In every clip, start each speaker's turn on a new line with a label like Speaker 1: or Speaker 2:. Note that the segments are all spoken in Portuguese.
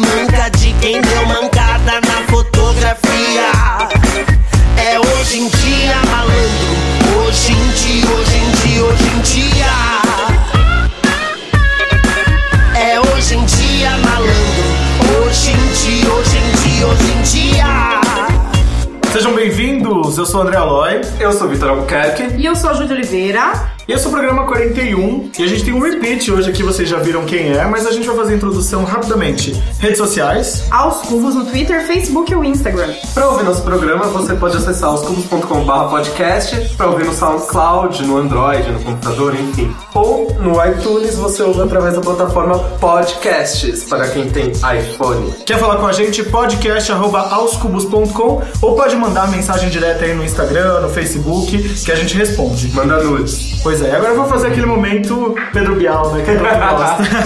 Speaker 1: É É
Speaker 2: Sejam bem-vindos! Eu sou o André Aloy.
Speaker 3: Eu sou o Vitor Albuquerque.
Speaker 4: E eu sou a Júlia Oliveira.
Speaker 2: E esse é o programa 41. E a gente tem um repeat hoje aqui, vocês já viram quem é, mas a gente vai fazer a introdução rapidamente. Redes sociais.
Speaker 4: Aos Cubos no Twitter, Facebook e o Instagram.
Speaker 3: Para ouvir nosso programa, você pode acessar oscubos.com.br podcast, para ouvir no SoundCloud, no Android, no computador, enfim. Ou no iTunes, você ouve através da plataforma Podcasts, para quem tem iPhone.
Speaker 2: Quer falar com a gente? podcast.aoscubos.com ou pode mandar mensagem direta aí no Instagram, no Facebook, que a gente responde.
Speaker 3: Manda nudes.
Speaker 2: Pois é, agora eu vou fazer aquele momento Pedro Bial, né? Que todo mundo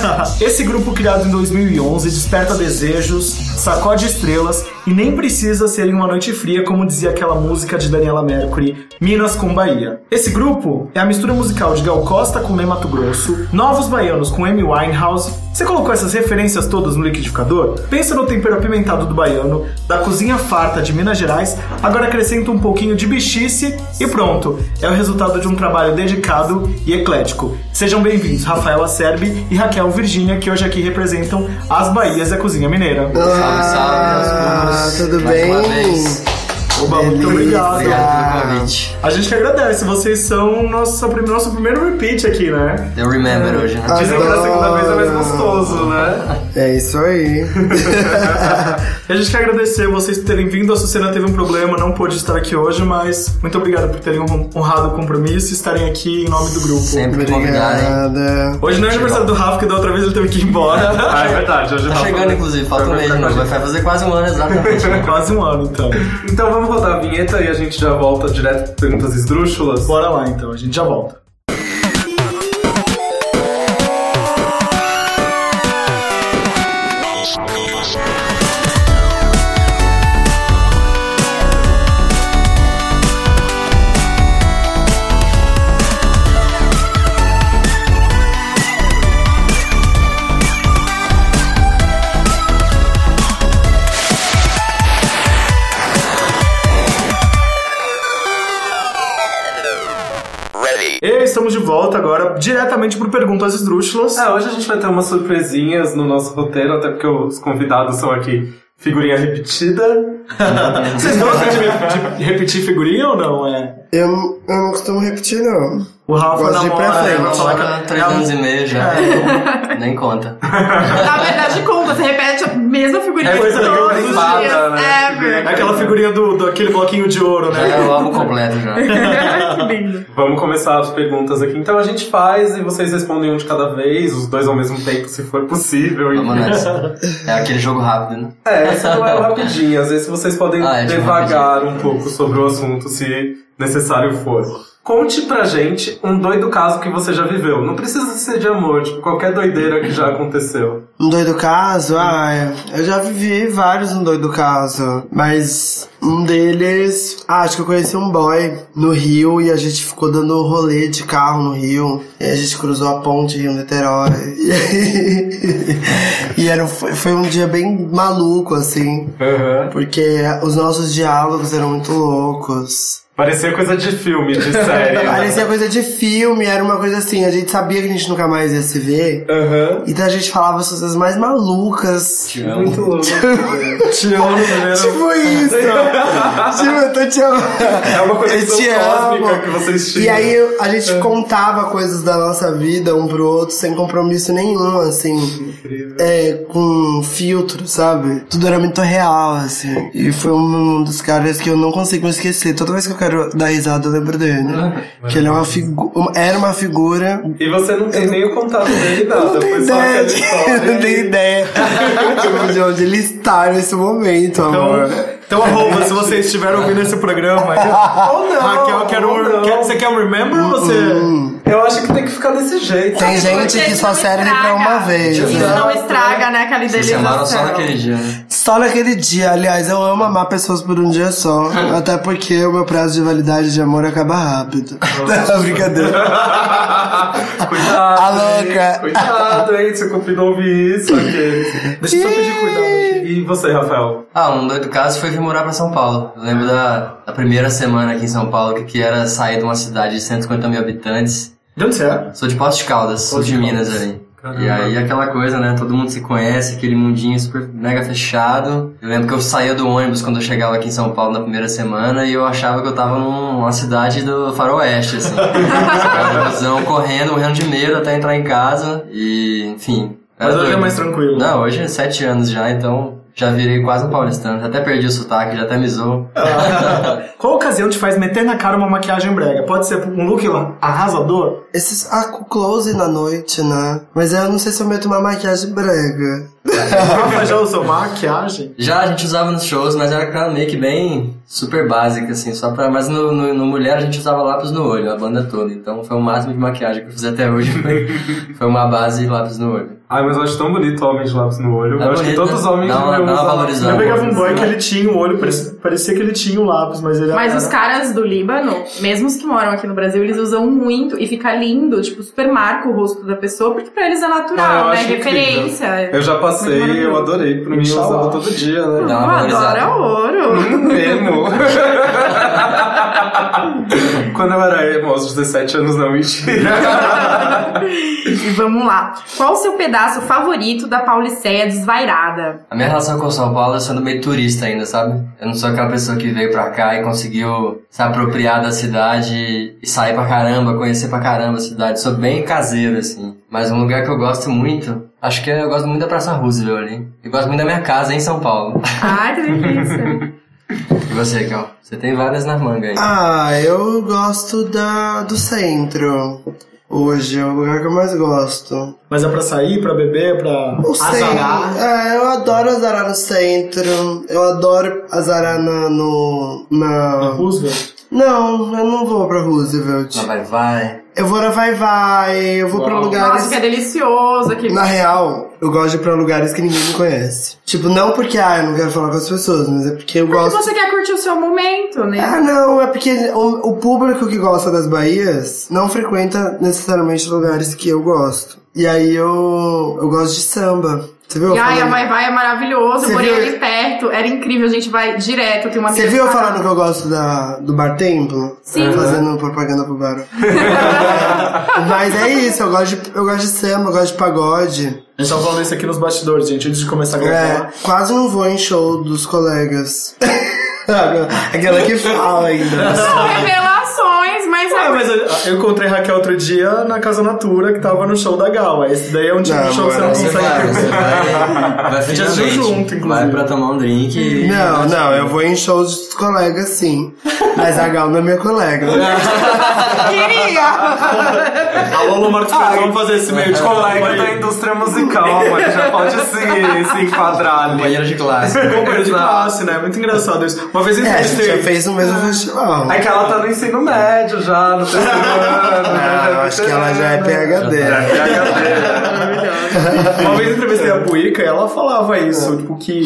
Speaker 2: gosta. Esse grupo criado em 2011 desperta desejos, sacode estrelas e nem precisa ser em uma noite fria, como dizia aquela música de Daniela Mercury, Minas com Bahia. Esse grupo é a mistura musical de Gal Costa com Ney Mato Grosso, Novos Baianos com Amy Winehouse. Você colocou essas referências todas no liquidificador? Pensa no tempero apimentado do baiano, da cozinha farta de Minas Gerais, agora acrescenta um pouquinho de bichice e pronto. É o resultado de um trabalho dedicado e eclético. Sejam bem-vindos Rafael Acerbi e Raquel Virgínia, que hoje aqui representam as Bahias da cozinha mineira.
Speaker 5: Salve, salve,
Speaker 6: Ah,
Speaker 5: meus
Speaker 6: tudo
Speaker 5: mais
Speaker 6: bem? uma vez.
Speaker 2: Oba, muito obrigado.
Speaker 6: Obrigado pelo convite.
Speaker 2: A gente que agradece, vocês são nosso, nosso primeiro repeat aqui, né?
Speaker 6: Eu remember hoje, né?
Speaker 5: Ah,
Speaker 3: Dizem que na
Speaker 5: Adoro.
Speaker 3: segunda vez é mais gostoso, né?
Speaker 5: É isso aí.
Speaker 2: A gente quer agradecer vocês por terem vindo. A Sucena teve um problema, não pôde estar aqui hoje, mas muito obrigado por terem hon- honrado o compromisso e estarem aqui em nome do grupo.
Speaker 6: Sempre convidar, hein?
Speaker 5: Obrigada.
Speaker 2: Hoje não é aniversário do Rafa, que da outra vez ele teve que ir embora.
Speaker 3: Ah, é verdade, hoje
Speaker 6: Tá chegando, inclusive, falta um mês, não. Vai fazer quase um ano exatamente. né?
Speaker 2: Quase um ano, então.
Speaker 3: Então vamos rodar a vinheta e a gente já volta direto para perguntas esdrúxulas.
Speaker 2: Bora lá, então. A gente já volta. E estamos de volta agora, diretamente por Perguntas Esdrúxulas.
Speaker 3: É, hoje a gente vai ter umas surpresinhas no nosso roteiro, até porque os convidados são aqui figurinha repetida.
Speaker 2: Vocês gostam de, re- de repetir figurinha ou não? É.
Speaker 5: Eu, eu não costumo repetir, não.
Speaker 2: O Rafa
Speaker 5: Gosto de ir pra
Speaker 2: namora,
Speaker 5: frente.
Speaker 2: vai falar que
Speaker 6: Agora,
Speaker 2: é-
Speaker 6: três
Speaker 2: é um-
Speaker 6: anos e meio já. Nem conta.
Speaker 4: Na verdade, conta, você repete a mesma figurinha
Speaker 2: É coisa
Speaker 4: todos
Speaker 2: legal,
Speaker 4: os dias.
Speaker 3: fada, né? Figurinha
Speaker 4: Ever.
Speaker 2: É aquela figurinha do, do aquele bloquinho de ouro,
Speaker 6: Já
Speaker 2: né?
Speaker 6: é o álbum completo já.
Speaker 4: que lindo.
Speaker 3: Vamos começar as perguntas aqui. Então a gente faz e vocês respondem um de cada vez, os dois ao mesmo tempo, se for possível.
Speaker 6: Vamos nessa. É aquele jogo rápido, né?
Speaker 3: É, essa não é o rapidinho. Às vezes vocês podem
Speaker 6: Ah, é de
Speaker 3: devagar um pouco sobre o assunto, se necessário for. Conte pra gente um doido caso que você já viveu. Não precisa ser de amor, tipo, qualquer doideira que já aconteceu.
Speaker 5: Um doido caso? Ah, é. eu já vivi vários um doido caso. Mas um deles. Ah, acho que eu conheci um boy no Rio e a gente ficou dando rolê de carro no Rio. E a gente cruzou a ponte Rio-Niterói. E, aí- e era, um- foi foi um dia bem maluco, assim.
Speaker 3: Aham.
Speaker 5: Porque os nossos diálogos eram muito loucos.
Speaker 3: Parecia coisa de filme, de série. né?
Speaker 5: Parecia coisa de filme, era uma coisa assim, a gente sabia que a gente nunca mais ia se ver.
Speaker 3: Aham.
Speaker 5: Então a gente falava as coisas mais malucas.
Speaker 6: Te amo.
Speaker 3: Muito louco.
Speaker 2: Te amo, né?
Speaker 5: Tipo isso! tipo, eu tô te amando.
Speaker 3: É uma coisa
Speaker 5: Eu
Speaker 3: tão
Speaker 5: te
Speaker 3: cósmica
Speaker 5: amo.
Speaker 3: que vocês tinham.
Speaker 5: E aí eu- a gente contava coisas da nossa vida um pro outro sem compromisso nenhum, assim. É, com filtro, sabe? Tudo era muito real, assim. E foi um dos caras que eu não consigo esquecer. Toda vez que eu quero dar risada, eu lembro dele.
Speaker 3: Ah,
Speaker 5: que ele é uma figu- era uma figura.
Speaker 3: E você não tem nem o contato dele, nada.
Speaker 5: Eu não tenho
Speaker 3: Foi só
Speaker 5: ideia.
Speaker 3: aquela
Speaker 5: de-
Speaker 3: história.
Speaker 5: Eu não tenho ideia. de onde ele está nesse momento, amor.
Speaker 2: Então, então arroba, se vocês estiveram ouvindo esse programa.
Speaker 3: Ou não,
Speaker 2: Raquel, quer
Speaker 3: ou
Speaker 2: um,
Speaker 3: não.
Speaker 2: quer, você quer um remember ou você.
Speaker 5: Hum,
Speaker 3: Eu acho que tem que ficar desse jeito.
Speaker 5: Tem gente que só
Speaker 4: Não
Speaker 5: serve pra
Speaker 4: estraga.
Speaker 5: uma vez.
Speaker 4: Isso
Speaker 5: né?
Speaker 4: não estraga, né, aquela
Speaker 6: Vocês
Speaker 4: idealização.
Speaker 6: chamaram só naquele dia, né?
Speaker 5: Só naquele dia, aliás, eu amo amar pessoas por um dia só. até porque o meu prazo de validade de amor acaba rápido. Brincadeira.
Speaker 3: Cuidado.
Speaker 5: A louca.
Speaker 3: hein? Cuidado, hein? Se o Cupido ouvir isso, ok. Deixa eu só pedir cuidado. aqui. E você, Rafael?
Speaker 6: Ah, um doido caso foi vir morar pra São Paulo. Eu lembro da, da primeira semana aqui em São Paulo, que, que era sair de uma cidade de 150 mil habitantes.
Speaker 2: De onde você é?
Speaker 6: Sou de Poços de Caldas, sou de Minas ali.
Speaker 3: Caramba.
Speaker 6: E aí aquela coisa, né? Todo mundo se conhece, aquele mundinho super mega fechado. Eu lembro que eu saía do ônibus quando eu chegava aqui em São Paulo na primeira semana e eu achava que eu tava numa cidade do faroeste, assim. Chegava no busão, correndo, morrendo de medo até entrar em casa e, enfim. era
Speaker 2: Mas hoje é
Speaker 6: doido.
Speaker 2: mais tranquilo.
Speaker 6: Não, hoje é sete anos já, então já virei quase um paulistano. Já até perdi o sotaque, já até misou.
Speaker 2: Qual ocasião te faz meter na cara uma maquiagem brega? Pode ser um look lá arrasador?
Speaker 5: Esses ah, com close na noite, né? Mas eu não sei se eu meto uma maquiagem branca.
Speaker 2: Rafa já usou maquiagem?
Speaker 6: Já a gente usava nos shows, mas era aquela make bem super básica, assim, só pra. Mas no, no, no Mulher a gente usava lápis no olho, a banda toda. Então foi o máximo de maquiagem que eu fiz até hoje. Foi, foi uma base e lápis no olho.
Speaker 3: Ai, mas eu acho tão bonito homem de lápis no olho.
Speaker 6: Tá
Speaker 3: eu acho que
Speaker 6: bonito,
Speaker 3: todos os
Speaker 6: né?
Speaker 3: homens
Speaker 6: Dá uma-
Speaker 3: deveriam
Speaker 6: dá uma
Speaker 3: usar.
Speaker 6: valorizada.
Speaker 2: Eu pegava um
Speaker 6: mas-
Speaker 2: boy que ele tinha o olho, parecia, parecia que ele tinha o lápis, mas ele
Speaker 4: Mas
Speaker 2: era-
Speaker 4: os caras do Líbano, mesmo os que moram aqui no Brasil, eles usam muito e fica lindo, tipo, super marca o rosto da pessoa, porque pra eles é
Speaker 3: Ah, eu
Speaker 4: natural, né?
Speaker 3: acho incrível.
Speaker 4: Referência.
Speaker 3: Eu já passei,
Speaker 4: Muito maravilhoso.
Speaker 3: eu adorei. Pra mim, eu
Speaker 2: Inshallah.
Speaker 3: usava todo dia, né?
Speaker 6: Dá uma
Speaker 4: Pô,
Speaker 6: valorizada.
Speaker 4: adora ouro.
Speaker 3: Hum, Emo. Quando eu era emo, aos 17 anos, não, mentira.
Speaker 4: e vamos lá. Qual o seu pedaço favorito da Pauliceia desvairada?
Speaker 6: A minha relação com São Paulo é sendo meio turista ainda, sabe? Eu não sou aquela pessoa que veio pra cá e conseguiu se apropriar da cidade e sair pra caramba, conhecer pra caramba a cidade. Sou bem caseiro, assim. Mas um lugar que eu gosto muito, acho que eu gosto muito da Praça Roosevelt ali. E gosto muito da minha casa em São Paulo.
Speaker 4: Ai, que delícia.
Speaker 6: E você, Cal? Você tem várias na manga aí.
Speaker 5: Ah, eu gosto da, do centro. Hoje é o lugar que eu mais gosto.
Speaker 2: Mas é pra sair, pra beber, pra
Speaker 5: O
Speaker 2: azarar.
Speaker 5: centro. É, eu adoro azarar no centro. Eu adoro azarar na, no. Na.
Speaker 2: Roosevelt.
Speaker 5: Não, eu não vou pra Roosevelt.
Speaker 6: Lá vai, vai.
Speaker 5: Eu vou na Vai Vai, eu vou pra
Speaker 2: Uau.
Speaker 5: lugares.
Speaker 4: Nossa, que é delicioso aquele.
Speaker 5: Na real, eu gosto de ir pra lugares que ninguém me conhece. Tipo, não porque, ah, eu não quero falar com as pessoas, mas é porque eu
Speaker 4: Porque
Speaker 5: gosto.
Speaker 4: você quer curtir o seu momento, né?
Speaker 5: Ah, não, é porque o, o público que gosta das Bahias não frequenta necessariamente lugares que eu gosto. E aí eu, eu gosto de samba. Você viu? eu
Speaker 4: E ai, a
Speaker 5: falando-
Speaker 4: Vai Vai é maravilhoso,
Speaker 5: Você
Speaker 4: eu morei
Speaker 5: viu-
Speaker 4: ali perto, era incrível, a gente vai direto, eu tenho uma
Speaker 5: Você
Speaker 4: amiga
Speaker 5: viu eu
Speaker 4: que tá-
Speaker 5: falando que eu gosto da, do Bar Uhum. Templo?
Speaker 4: Sim.
Speaker 5: Fazendo propaganda pro bar. Mas é isso, eu gosto, de, eu gosto de samba, eu gosto de pagode.
Speaker 2: A gente tava falando isso aqui nos bastidores, gente, antes de começar a
Speaker 5: É,
Speaker 2: gravar.
Speaker 5: quase não vou em show dos colegas. Aquela que fala ainda.
Speaker 4: São revelações, mas é
Speaker 2: Ah, mas eu, eu encontrei a Raquel outro dia na Casa Natura, que tava no show da Gal. Esse daí é um tipo
Speaker 5: Não,
Speaker 2: de show que você não
Speaker 5: amor,
Speaker 6: Você vai,
Speaker 2: consegue.
Speaker 6: você vai. Vai
Speaker 2: gente assistiu
Speaker 6: finalmente.
Speaker 2: junto, inclusive.
Speaker 6: Vai pra tomar um drink e.
Speaker 5: Não, não, eu vou em shows dos colegas sim. Mas a Gal não é minha colega.
Speaker 2: Alô, Alô, Marcos Pérez, vamos fazer esse meio de
Speaker 3: É. Colega da
Speaker 2: companhia.
Speaker 3: tá indústria musical, mas já pode se, se enquadrar ali.
Speaker 6: Banheira de classe.
Speaker 2: Companheiro de classe, né? Muito engraçado isso. Uma vez eu
Speaker 5: É, a gente já
Speaker 2: entrevistei.
Speaker 5: fez o mesmo festival.
Speaker 3: É que ela tá no ensino médio já, no terceiro ano.
Speaker 5: Ah, eu acho que ela já é PHD.
Speaker 3: Já é PhD.
Speaker 2: Uma vez eu entrevistei a Buica e ela falava isso, tipo, que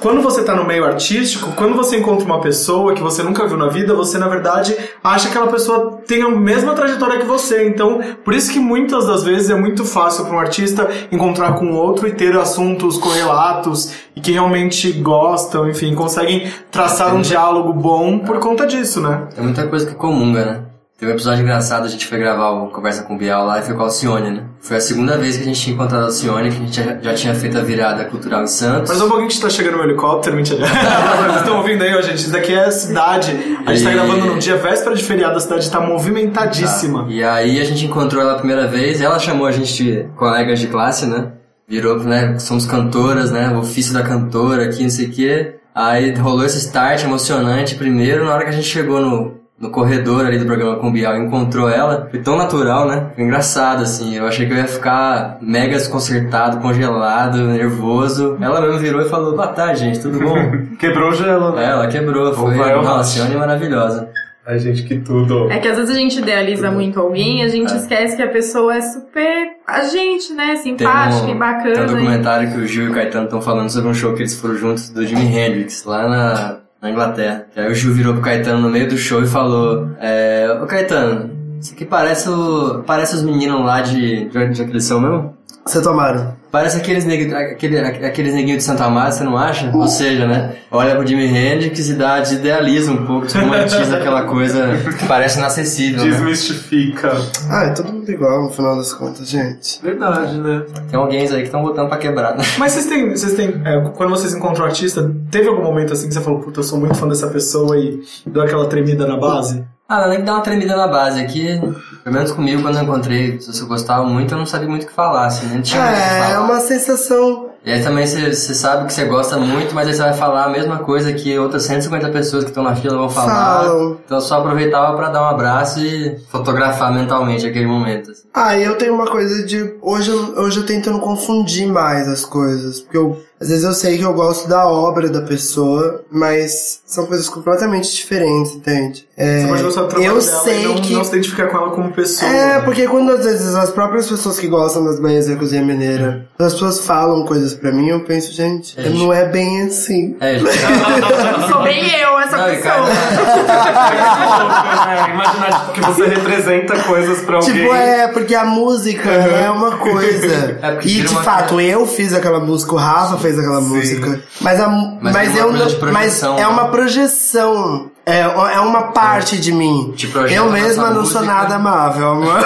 Speaker 2: quando você tá no meio artístico, quando você encontra uma pessoa que você nunca viu na vida, você na verdade acha que aquela pessoa tem a mesma trajetória que você. Então, por isso que muitas das vezes é muito fácil para um artista encontrar com outro e ter assuntos correlatos e que realmente gostam, enfim, conseguem traçar um diálogo bom por conta disso, né?
Speaker 6: Tem É muita coisa que comunga, né? Teve um episódio engraçado, a gente foi gravar o Conversa com o Bial lá e foi com a Alcione, né? Foi a segunda vez que a gente tinha encontrado a Alcione, que a gente já, já tinha feito a virada cultural em Santos.
Speaker 2: Mas um pouquinho que está chegando no helicóptero, mentira. Vocês estão ouvindo aí, ó, gente? Isso daqui é a cidade. A gente está
Speaker 6: E-
Speaker 2: gravando num dia véspera de feriado, a cidade está movimentadíssima.
Speaker 3: Tá.
Speaker 6: E aí a gente encontrou ela a primeira vez, ela chamou a gente de colegas de classe, né? Virou, né? Somos cantoras, né? O ofício da cantora aqui, não sei o quê. Aí rolou esse start emocionante primeiro, na hora que a gente chegou no, no corredor ali do programa com o Bial e encontrou ela, foi tão natural, né? Foi engraçado, assim. Eu achei que eu ia ficar mega desconcertado, congelado, nervoso. Ela mesmo virou e falou, boa tarde, gente, tudo bom?
Speaker 3: Quebrou o gelo,
Speaker 6: Aí
Speaker 3: né?
Speaker 6: ela quebrou,
Speaker 3: Vai,
Speaker 6: foi
Speaker 3: eu
Speaker 6: uma
Speaker 3: acho.
Speaker 6: relacione maravilhosa.
Speaker 3: Ai, gente, que tudo.
Speaker 4: É que às vezes a gente idealiza muito alguém, a gente esquece que a pessoa é super. A gente, né?
Speaker 6: É. Tem
Speaker 4: Simpática e
Speaker 6: um, tem um
Speaker 4: bacana.
Speaker 6: documentário que o Gil e o Caetano estão falando sobre um show que eles foram juntos do Jimi Hendrix, lá na, na Inglaterra. E aí o Gil virou pro Caetano no meio do show e falou: é, Ô Caetano, isso aqui parece, o, parece os meninos lá de. De onde é que eles são mesmo?
Speaker 5: Você tomaram?
Speaker 6: Parece aqueles neguinhos aquele, aqueles neguinho de Santa Amaro, você não acha? Ou seja, né? Olha pro Jimi Hendrix e dá de idealiza um pouco, romantiza aquela coisa que parece inacessível, né?
Speaker 3: Desmistifica.
Speaker 5: Ah, é todo mundo igual no final das contas, gente.
Speaker 3: Verdade, né?
Speaker 6: Tem alguém aí que estão botando pra quebrar, né?
Speaker 2: Mas vocês têm. Vocês têm é, quando vocês encontram o artista, teve algum momento assim que você falou, puta, eu sou muito fã dessa pessoa e deu aquela tremida na base?
Speaker 6: Ah, além de dar uma tremida na base aqui, pelo menos comigo quando eu encontrei, se eu gostava muito, eu não sabia muito o que falar, assim, né? Não tinha muito o que
Speaker 5: É,
Speaker 6: falar.
Speaker 5: é uma sensação.
Speaker 6: E aí também você você sabe que você gosta muito, mas aí você vai falar a mesma coisa que outras 150 pessoas que estão na fila vão falar.
Speaker 5: Falam.
Speaker 6: Então eu só aproveitava pra dar um abraço e fotografar mentalmente aquele momento. assim.
Speaker 5: Ah, e eu tenho uma coisa de. Hoje, eu- hoje eu tento não confundir mais as coisas. Porque eu, às vezes eu sei que eu gosto da obra da pessoa, mas são coisas completamente diferentes, entende? É,
Speaker 2: Você pode gostar do trabalho
Speaker 5: eu
Speaker 2: dela
Speaker 5: sei
Speaker 2: e não,
Speaker 5: que-
Speaker 2: não se identificar com ela como pessoa.
Speaker 5: É, porque quando às vezes as próprias pessoas que gostam das banhas da cozinha mineira, as pessoas falam coisas pra mim, eu penso, gente,
Speaker 6: É,
Speaker 5: não é bem assim.
Speaker 6: É, gente.
Speaker 4: Sou bem eu, essa
Speaker 6: Não, e
Speaker 4: pessoa.
Speaker 6: cara,
Speaker 3: É, Imaginar tipo, que você representa coisas pra alguém.
Speaker 5: Tipo, é, porque a música é uma coisa.
Speaker 6: É, porque
Speaker 5: e
Speaker 6: vira
Speaker 5: de
Speaker 6: uma
Speaker 5: fato, eu fiz aquela música, o Rafa fez aquela música. Mas, a, mas,
Speaker 6: Mas é uma
Speaker 5: eu
Speaker 6: coisa
Speaker 5: não-
Speaker 6: de projeção,
Speaker 5: mas é
Speaker 6: né?
Speaker 5: uma projeção. É, é uma parte de mim.
Speaker 6: Te projeta
Speaker 5: eu mesma
Speaker 6: nessa
Speaker 5: não sou
Speaker 6: música.
Speaker 5: nada amável, amor.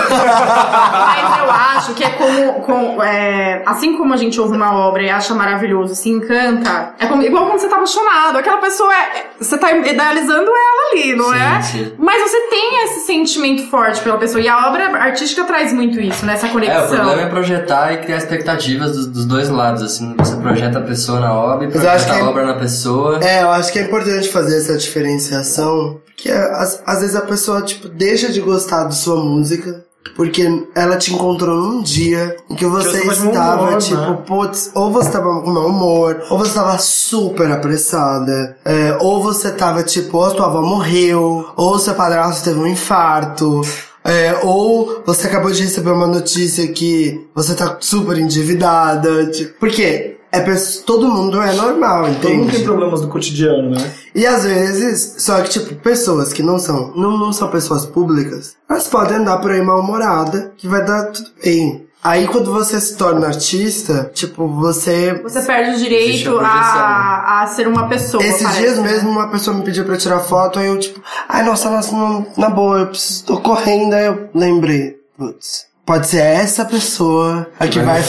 Speaker 4: Mas eu acho que é como. com- é, assim como a gente ouve uma obra e acha maravilhoso, se encanta. É como- igual quando você tá apaixonado. Aquela pessoa é. Você tá idealizando ela ali, não é?
Speaker 6: Sim, sim.
Speaker 4: Mas você tem esse sentimento forte pela pessoa. E a obra artística traz muito isso, né? Essa
Speaker 6: É, o
Speaker 4: conexão.
Speaker 6: problema é projetar e criar expectativas dos, dos dois lados, assim. Você projeta a pessoa na obra e
Speaker 5: Mas eu acho
Speaker 6: projeta a
Speaker 5: que-
Speaker 6: obra na pessoa.
Speaker 5: É, eu acho que é importante fazer essa diferenciação, porque às, às vezes a pessoa, tipo, deixa de gostar da sua música, porque ela te encontrou num dia em que
Speaker 2: você
Speaker 5: você
Speaker 2: tava de mau
Speaker 5: estava,
Speaker 2: um humor,
Speaker 5: tipo,
Speaker 2: né?
Speaker 5: putz, ou você tava com mau humor, ou você tava super apressada, é, ou você tava, tipo, ou a tua avó morreu, ou seu padrasto teve um infarto. é, ou você acabou de receber uma notícia que você tá super endividada. Tipo, porque é, pes- todo mundo é normal, entende?
Speaker 2: Todo mundo tem problemas do cotidiano, né?
Speaker 5: E às vezes, só que tipo, pessoas que não são, não, não são pessoas públicas, elas podem andar por aí mal-humorada, que vai dar tudo bem. Aí quando você se torna artista, tipo, você.
Speaker 4: Você perde o
Speaker 6: é Existe a
Speaker 4: direito
Speaker 6: projeção, né?
Speaker 4: a, a ser uma pessoa.
Speaker 5: Esses
Speaker 4: parece. né?
Speaker 5: dias mesmo uma pessoa me pediu pra eu tirar foto, aí eu tipo, ai nossa, nossa, não, na boa, eu preciso, tô correndo, aí eu lembrei, putz. Pode ser essa pessoa a que vai,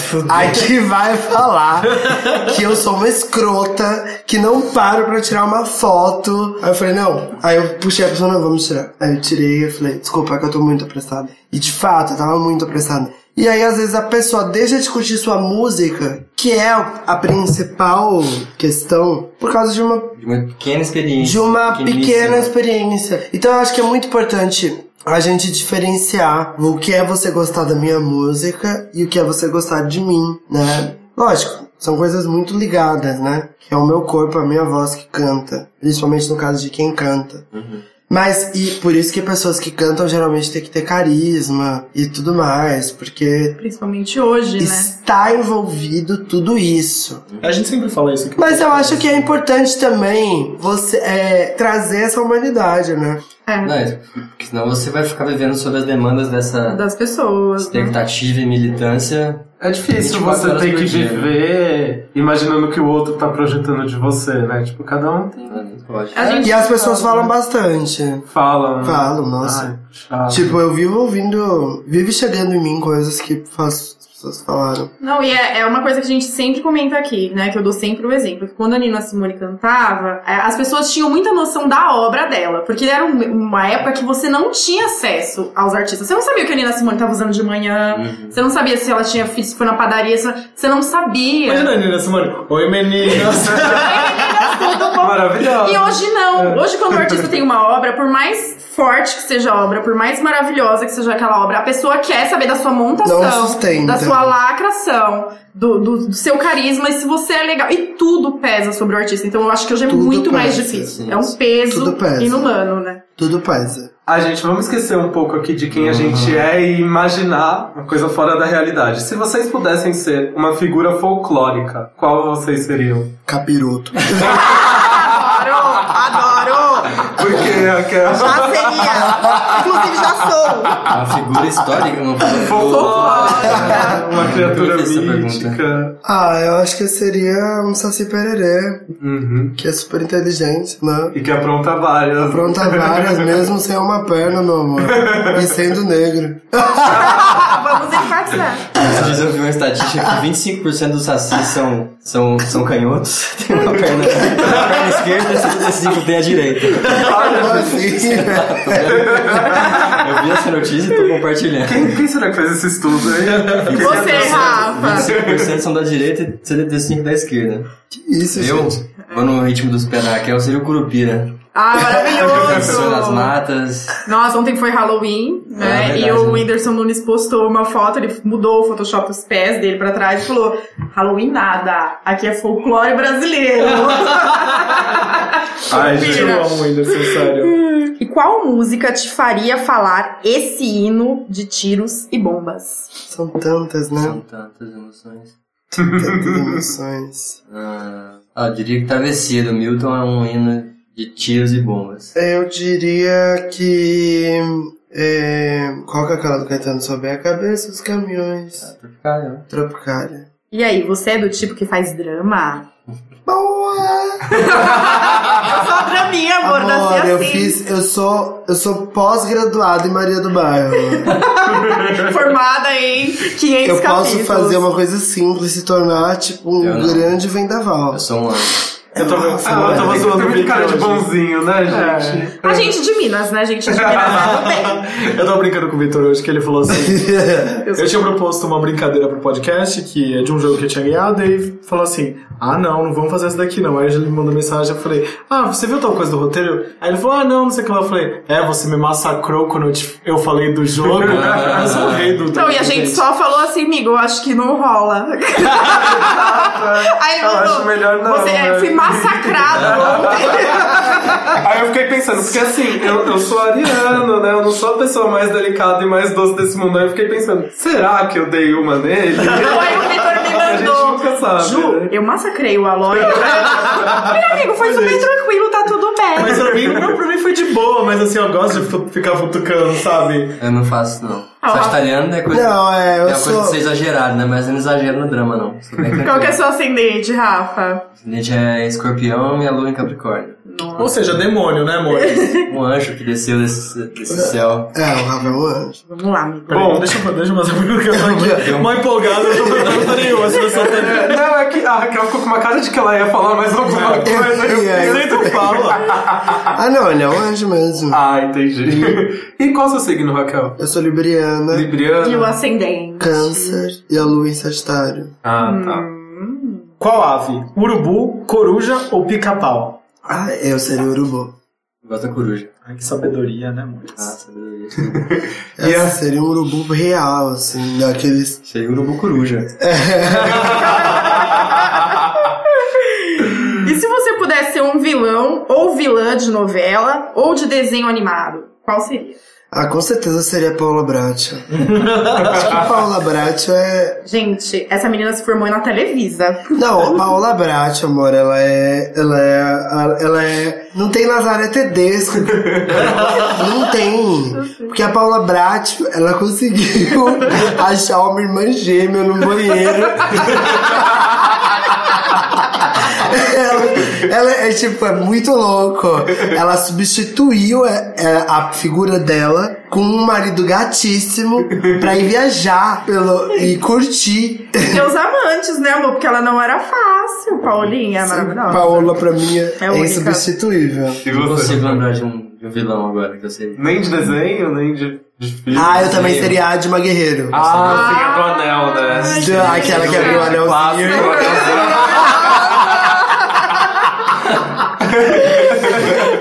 Speaker 5: a que vai falar que eu sou uma escrota, que não paro pra tirar uma foto. Aí eu falei, não. Aí eu puxei a pessoa, não, vamos tirar. Aí eu tirei e falei, desculpa, é que eu tô muito apressada. E de fato, eu tava muito apressada. E aí, às vezes, a pessoa deixa de curtir sua música, que é a principal questão, por causa de uma
Speaker 6: De uma pequena experiência.
Speaker 5: de uma
Speaker 6: pequeníssima.
Speaker 5: pequena experiência. Então eu acho que é muito importante a gente diferenciar o que é você gostar da minha música e o que é você gostar de mim, né? Lógico, são coisas muito ligadas, né? Que é o meu corpo, a minha voz que canta. Principalmente no caso de quem canta. Mas, e por isso que pessoas que cantam geralmente tem que ter carisma e tudo mais, porque
Speaker 4: Principalmente hoje, né?
Speaker 5: está envolvido tudo isso.
Speaker 2: A gente sempre fala isso aqui.
Speaker 5: Mas eu acho que é importante também você é, trazer essa humanidade, né?
Speaker 4: É,
Speaker 6: Não, é, porque senão você vai ficar vivendo sob as demandas dessa
Speaker 4: das pessoas. né?
Speaker 6: expectativa e militância.
Speaker 3: É difícil
Speaker 6: 24
Speaker 3: você
Speaker 6: horas
Speaker 3: ter
Speaker 6: por
Speaker 3: que
Speaker 6: dia, né?
Speaker 3: viver imaginando o que o outro tá projetando de você, né? Tipo, cada um tem-
Speaker 6: né, não pode.
Speaker 4: A gente
Speaker 5: E as pessoas
Speaker 4: fala,
Speaker 5: falam bastante.
Speaker 3: fala. né?
Speaker 5: Falam, nossa.
Speaker 3: Ai, chato.
Speaker 5: Tipo, eu vivo ouvindo, vive chegando em mim coisas que faz- as pessoas falaram.
Speaker 4: Não, e é, é uma coisa que a gente sempre comenta aqui, né? Que eu dou sempre o exemplo. Que quando a Nina Simone cantava, é, as pessoas tinham muita noção da obra dela. Porque era um- uma época que você não tinha acesso aos artistas. Você não sabia o que a Nina Simone estava usando de manhã.
Speaker 6: Uhum.
Speaker 4: Você não sabia se ela tinha filho, se foi na padaria. se- Você não sabia.
Speaker 2: Imagina a Nina Simone. Oi, meninas.
Speaker 3: Maravilhoso.
Speaker 4: E hoje não. Hoje, quando o artista tem uma obra, por mais forte que seja a obra, por mais maravilhosa que seja aquela obra, a pessoa quer saber da sua montação,
Speaker 5: Não sustenta.
Speaker 4: da sua lacração, do, do- do seu carisma e se você é legal. E tudo pesa sobre o artista. Então, eu acho que hoje é
Speaker 5: Tudo
Speaker 4: muito mais
Speaker 5: pesa,
Speaker 4: difícil.
Speaker 6: sim.
Speaker 4: É um peso
Speaker 5: Tudo pesa.
Speaker 4: inumano, né?
Speaker 5: Tudo é. pesa.
Speaker 3: Ah, gente, vamos esquecer um pouco aqui de quem a gente é e imaginar uma coisa fora da realidade. Se vocês pudessem ser uma figura folclórica, qual vocês seriam?
Speaker 5: Capiroto.
Speaker 4: Adoro! Adoro!
Speaker 3: Porque Raquel.
Speaker 7: Já seria. Inclusive, já sou.
Speaker 6: É Uma figura histórica, uma figura folclórica.
Speaker 3: Uma criatura
Speaker 6: Eu fiz essa é pergunta.
Speaker 3: mítica.
Speaker 5: Ah, eu acho que eu seria um Saci Pererê,
Speaker 3: Uhum.
Speaker 5: que é super inteligente, né?
Speaker 3: E que apronta várias.
Speaker 5: Apronta várias, mesmo sem uma perna, meu amor. E sendo negro.
Speaker 4: Vamos enfatizar.
Speaker 6: Esses dias eu vi uma estatística que 25% dos sacis são, são, são canhotos. Tem uma perna, uma perna esquerda e 65% tem a direita.
Speaker 5: Assim.
Speaker 6: Eu vi essa notícia e tô compartilhando.
Speaker 3: Quem, quem será que fez esse estudo aí?
Speaker 4: E você, Rafa?
Speaker 6: 25% são da direita e 75% da esquerda.
Speaker 5: Isso,
Speaker 6: Eu,
Speaker 5: gente.
Speaker 6: vou no ritmo dos pés da Raquel, seria o Curupira.
Speaker 4: Ah,
Speaker 6: Canção das
Speaker 4: maravilhoso!
Speaker 6: matas.
Speaker 4: Nossa, ontem foi Halloween, né?
Speaker 6: É, verdade,
Speaker 4: e o
Speaker 6: né?
Speaker 4: Whindersson Nunes postou uma foto, ele mudou o Photoshop os pés dele pra trás e falou: Halloween nada, aqui é folclore brasileiro.
Speaker 3: Ai, gente,
Speaker 2: Eu
Speaker 4: Curupira.
Speaker 2: amo ainda, sério.
Speaker 4: E qual música te faria falar esse hino de tiros e bombas?
Speaker 5: São tantas, né?
Speaker 6: São tantas emoções.
Speaker 5: Tantas emoções.
Speaker 6: Ah, ah, eu diria que tá vencido. Milton é um hino de tiros e bombas.
Speaker 5: É, Eu diria que. É, qual que é aquela do Caetano? Sobe a cabeça dos caminhões.
Speaker 6: Tropicália.
Speaker 5: Tropicália.
Speaker 4: E aí, você é do tipo que faz drama?
Speaker 5: Boa!
Speaker 4: Eu sou draminha, amor, nasci
Speaker 5: Amor,
Speaker 4: assim.
Speaker 5: eu fiz. Eu sou. Eu sou pós-graduada em Maria do Bairro.
Speaker 4: Formada em 500
Speaker 5: Eu posso
Speaker 4: capítulos.
Speaker 5: fazer uma coisa simples e se tornar, tipo, um
Speaker 6: Eu não.
Speaker 5: grande vendaval.
Speaker 6: Eu sou um anjo.
Speaker 2: Eu tô vendo
Speaker 3: Ah, eu tava zoando
Speaker 2: o
Speaker 3: muito
Speaker 2: Vic
Speaker 3: cara de
Speaker 2: hoje.
Speaker 3: bonzinho, né, gente?
Speaker 4: A gente de Minas, né? A gente de Minas não tem.
Speaker 2: Eu tava brincando com o Vitor hoje, que ele falou assim. Eu tipo- tinha proposto uma brincadeira pro podcast, que é de um jogo que eu tinha ganhado, e ele falou assim: Ah, não, não vamos fazer isso daqui não. Aí ele me mandou mensagem, eu falei: Ah, você viu tal coisa do roteiro? Aí ele falou: Ah, não, não sei o que lá. Eu falei: É, você me massacrou quando eu, te- eu falei do jogo. eu sou o rei do.
Speaker 4: Não, Então, e a gente só falou assim, amigo, eu acho que não rola. Aí ele
Speaker 3: Eu
Speaker 4: mandou,
Speaker 3: acho melhor não,
Speaker 4: Você, é,
Speaker 3: né?
Speaker 4: fui massacrado ontem.
Speaker 3: Aí eu fiquei pensando, porque assim, eu, eu sou ariano, né? Eu não sou a pessoa mais delicada e mais doce desse mundo. Aí eu fiquei pensando, será que eu dei uma nele?
Speaker 4: Então aí o Vitor me
Speaker 3: A gente
Speaker 4: mandou.
Speaker 3: nunca sabe.
Speaker 4: Ju,
Speaker 3: né?
Speaker 4: eu massacrei o Aloy. Meu amigo, foi super tranquilo, tá tudo bem.
Speaker 2: Mas é pra mim, não, pra mim foi de boa, mas assim, eu gosto de fu- ficar futucando, sabe?
Speaker 6: Eu não faço, não.
Speaker 4: Ah,
Speaker 6: Só
Speaker 4: lá.
Speaker 6: italiano é coisa.
Speaker 5: Não, é,
Speaker 6: é
Speaker 5: eu
Speaker 6: uma coisa de
Speaker 5: sou.
Speaker 6: ser exagerado, né? Mas eu não exagero no drama, não. Sou bem
Speaker 4: Qual que é
Speaker 6: tranquilo.
Speaker 4: seu ascendente, Rafa?
Speaker 6: A gente é escorpião e a lua em Capricórnio.
Speaker 2: Ou seja, demônio, né, amor?
Speaker 6: Um anjo que desceu desse, desse céu.
Speaker 5: É, o Rafael Anjo.
Speaker 4: Vamos lá, amigo.
Speaker 2: Bom, deixa eu deixa eu fazer uma pergunta que eu tô aqui. Mó empolgado, eu não tô perguntando nenhuma. Se você tá
Speaker 3: É, Não, é que a Raquel ficou com uma cara de que ela ia falar mais alguma coisa.
Speaker 5: Eu ia, eu-
Speaker 2: Então fala.
Speaker 5: Ah, não, ele é um anjo mesmo.
Speaker 3: Ah, entendi. E qual seu signo, Raquel?
Speaker 5: Eu sou libriana,
Speaker 4: E o
Speaker 3: Libriano?
Speaker 4: ascendente?
Speaker 5: câncer e a lua em Sagitário.
Speaker 3: Ah, tá.
Speaker 2: Qual ave? Urubu, coruja ou pica-pau?
Speaker 5: Ah, eu seria urubu.
Speaker 6: Gosto da coruja.
Speaker 2: Ai, que sabedoria, né, amor?
Speaker 6: Ah, sabedoria.
Speaker 5: Eu seria um urubu real, assim, daqueles.
Speaker 6: Cheguei urubu coruja.
Speaker 4: E se você pudesse ser um vilão ou vilã de novela ou de desenho animado, qual seria?
Speaker 5: Ah, com certeza seria Paula Bracho. Acho que Paula Bracho é.
Speaker 4: Gente, essa menina se formou na Televisa.
Speaker 5: Não, Paula Bracho, amor, ela é. Ela é. a- Ela é. Não tem Nazaré Tedesco. Não tem. Porque a Paula Bracho, ela conseguiu achar uma irmã gêmea no banheiro. ela, ela é tipo, é muito louco. Ela substituiu é, é, a figura dela com um marido gatíssimo pra ir viajar pelo, e curtir.
Speaker 4: Meus amantes, né, amor? Porque ela não era fácil, Paulinha, é maravilhosa.
Speaker 5: Paola, pra mim, é,
Speaker 4: É única.
Speaker 5: insubstituível.
Speaker 3: E
Speaker 6: Não
Speaker 3: você?
Speaker 6: consigo lembrar de um, de um vilão agora que eu sei.
Speaker 3: Nem de desenho, nem de, de filme.
Speaker 5: Ah, eu também seria a Adma Guerreiro.
Speaker 3: Ah, sim, a do anel, né?
Speaker 5: De- Aquela que abriu o
Speaker 2: ah,
Speaker 5: anelzinho.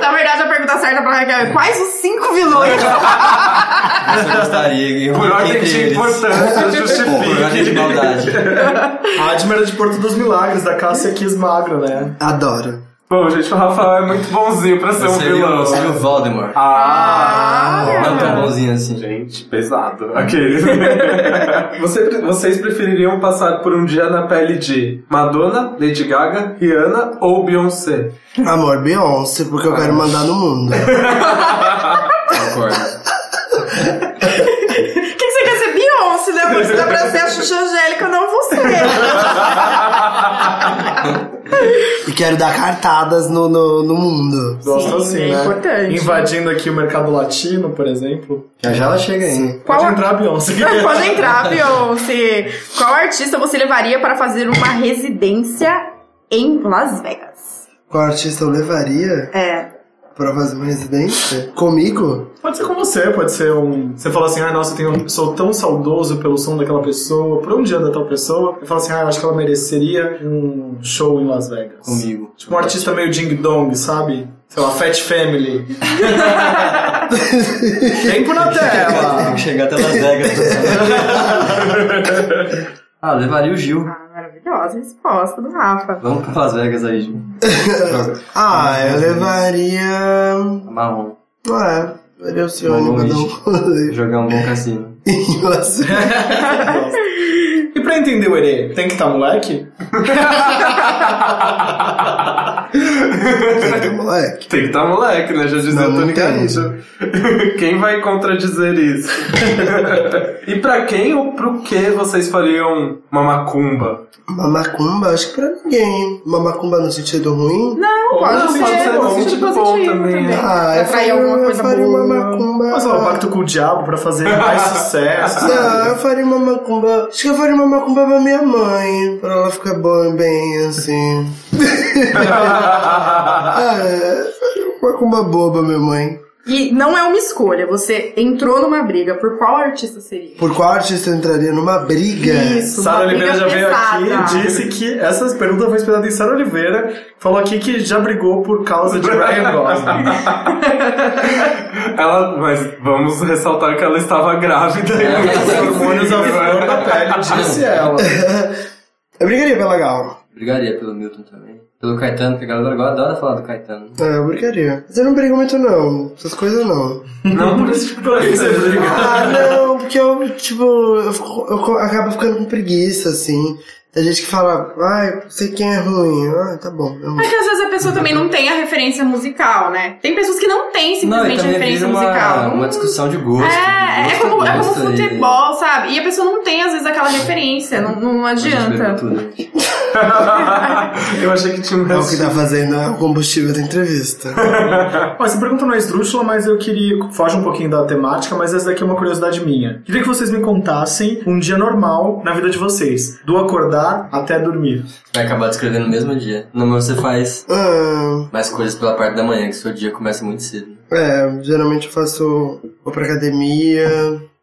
Speaker 4: Na verdade, a pergunta certa pra Raquel é quais os cinco vilões?
Speaker 6: Eu gostaria. e eu
Speaker 3: Por
Speaker 6: fiquei
Speaker 3: ordem
Speaker 6: entre
Speaker 3: de
Speaker 6: eles.
Speaker 3: importância,
Speaker 6: Por ordem de
Speaker 3: justifique.
Speaker 6: maldade.
Speaker 2: A Admira de Porto dos Milagres, da Cássia Kiss Magro, né?
Speaker 5: Adoro.
Speaker 3: Bom, gente, o Rafael é muito bonzinho pra ser um
Speaker 6: seria,
Speaker 3: vilão.
Speaker 6: o, seria o Voldemort.
Speaker 3: Ah!
Speaker 6: Não tão bonzinho assim.
Speaker 3: Gente, pesado. Aquele. Você- vocês prefeririam passar por um dia na pele de Madonna, Lady Gaga, Rihanna ou Beyoncé?
Speaker 5: Amor, Beyoncé, porque eu
Speaker 2: Ah.
Speaker 5: quero mandar no mundo.
Speaker 6: Concordo.
Speaker 7: Quem você quer ser Beyoncé, né? Porque dá pra ser a Xuxa Angélica, não você.
Speaker 5: E quero dar cartadas no, no, no mundo.
Speaker 2: Gosto
Speaker 4: Sim,
Speaker 2: assim,
Speaker 4: é
Speaker 2: né?
Speaker 4: importante.
Speaker 2: Invadindo aqui o mercado latino, por exemplo.
Speaker 6: Já já ela chega aí.
Speaker 4: Qual
Speaker 2: Pode
Speaker 4: a-
Speaker 2: entrar a Beyoncé.
Speaker 4: Pode entrar, Beyoncé. Qual artista você levaria para fazer uma residência em Las Vegas?
Speaker 5: Qual artista eu levaria
Speaker 4: É.
Speaker 5: pra fazer uma residência? Comigo?
Speaker 2: Pode ser com você, pode ser um. Você fala assim, ah, nossa, eu tenho- sou tão saudoso pelo som daquela pessoa, por onde anda tal pessoa. Eu falo assim, ah, eu acho que ela mereceria um show em Las Vegas.
Speaker 6: Comigo.
Speaker 2: Tipo um artista meio ding-dong, sabe? Sei lá, Fat Family. Tempo na
Speaker 6: Tem
Speaker 2: tela!
Speaker 6: que chegar até Las Vegas. né? pessoal. ah, levaria o Gil.
Speaker 4: Ah, maravilhosa resposta do Rafa.
Speaker 6: Vamos pra Las Vegas aí, Gil. Droga.
Speaker 5: Ah, eu levaria.
Speaker 6: Marrom.
Speaker 5: Ué, levaria o senhor
Speaker 6: Bom,
Speaker 5: mandar um
Speaker 6: Luigi.
Speaker 5: rolê
Speaker 6: Jogar um bom cassino.
Speaker 5: em Las Vegas.
Speaker 2: e pra entender o erê, tem que estar moleque?
Speaker 5: moleque.
Speaker 3: Tem que estar moleque, né? Já dizia
Speaker 5: Não, não
Speaker 3: Tony
Speaker 5: tem.
Speaker 3: Garrido. Quem vai contradizer isso? e pra quem ou pro que vocês fariam uma macumba?
Speaker 5: Uma macumba, acho que pra ninguém. Uma macumba no sentido ruim?
Speaker 4: Não,
Speaker 2: Ou
Speaker 4: pode
Speaker 2: não,
Speaker 4: ser.
Speaker 2: pode ser
Speaker 4: no
Speaker 2: bom,
Speaker 4: sentido
Speaker 3: tipo, bom
Speaker 4: positivo
Speaker 3: também, né?
Speaker 5: Ah, eu
Speaker 4: Pra atrair
Speaker 5: faria,
Speaker 4: alguma
Speaker 5: eu
Speaker 4: coisa
Speaker 5: faria uma
Speaker 4: boa.
Speaker 5: macumba.
Speaker 2: Mas
Speaker 4: Ah.
Speaker 2: ó, um pacto com o diabo pra fazer mais sucesso.
Speaker 5: Não,
Speaker 2: sabe?
Speaker 5: eu faria uma macumba. Acho que eu faria uma macumba pra minha mãe. Pra ela ficar bom, bem assim. Ah, é, faria uma macumba boba, minha mãe.
Speaker 4: E não é uma escolha. Você entrou numa briga. Por qual artista seria?
Speaker 5: Por qual artista eu entraria numa briga?
Speaker 4: Isso, é
Speaker 2: Sara
Speaker 4: uma briga
Speaker 2: Oliveira já veio aqui
Speaker 4: pesada.
Speaker 2: e disse que essa pergunta foi inspirada em Sara Oliveira, falou aqui que já brigou por causa de Ryan Gosling.
Speaker 3: Ela, mas vamos ressaltar que ela estava grávida.
Speaker 2: Os hormônios à flor da pele,
Speaker 3: Ah,
Speaker 2: disse
Speaker 3: é
Speaker 2: ela.
Speaker 5: Eu brigaria pela Gal.
Speaker 6: Brigaria pelo Milton também. Pelo Caetano, que a galera agora adora falar do Caetano.
Speaker 5: É, eu brigaria. Mas eu não brigo muito, não. Essas coisas não.
Speaker 3: Não por esse tipo de coisa.
Speaker 5: Ah, não, porque eu, tipo, eu, fico- eu co- acabo ficando com preguiça, assim. Tem gente que fala, ai, sei quem é ruim. Ah, tá bom. é ruim.
Speaker 4: É que às vezes a pessoa também não tem a referência musical, né? Tem pessoas que não têm
Speaker 6: e
Speaker 4: simplesmente a
Speaker 6: também
Speaker 4: referência
Speaker 6: vira uma,
Speaker 4: musical.
Speaker 6: uma discussão de gosto.
Speaker 4: É, é
Speaker 6: Gosto,
Speaker 4: como, é como
Speaker 6: gosto e-
Speaker 4: futebol, sabe? E a pessoa não tem, às vezes, aquela referência, não, não
Speaker 6: a gente bebe
Speaker 4: adianta.
Speaker 6: tudo.
Speaker 3: Eu achei que tinha um
Speaker 5: É o que tá fazendo é o combustível da entrevista.
Speaker 2: Ó, essa pergunta não é esdrúxula, mas eu queria. Foge um pouquinho da temática, mas essa daqui é uma curiosidade minha. Queria que vocês me contassem um dia normal na vida de vocês, do acordar até dormir.
Speaker 6: Vai acabar de escrever no mesmo dia. No meu você faz
Speaker 5: Ah,
Speaker 6: mais coisas pela parte da manhã, que seu dia começa muito cedo.
Speaker 5: é, geralmente eu faço. Vou pra academia,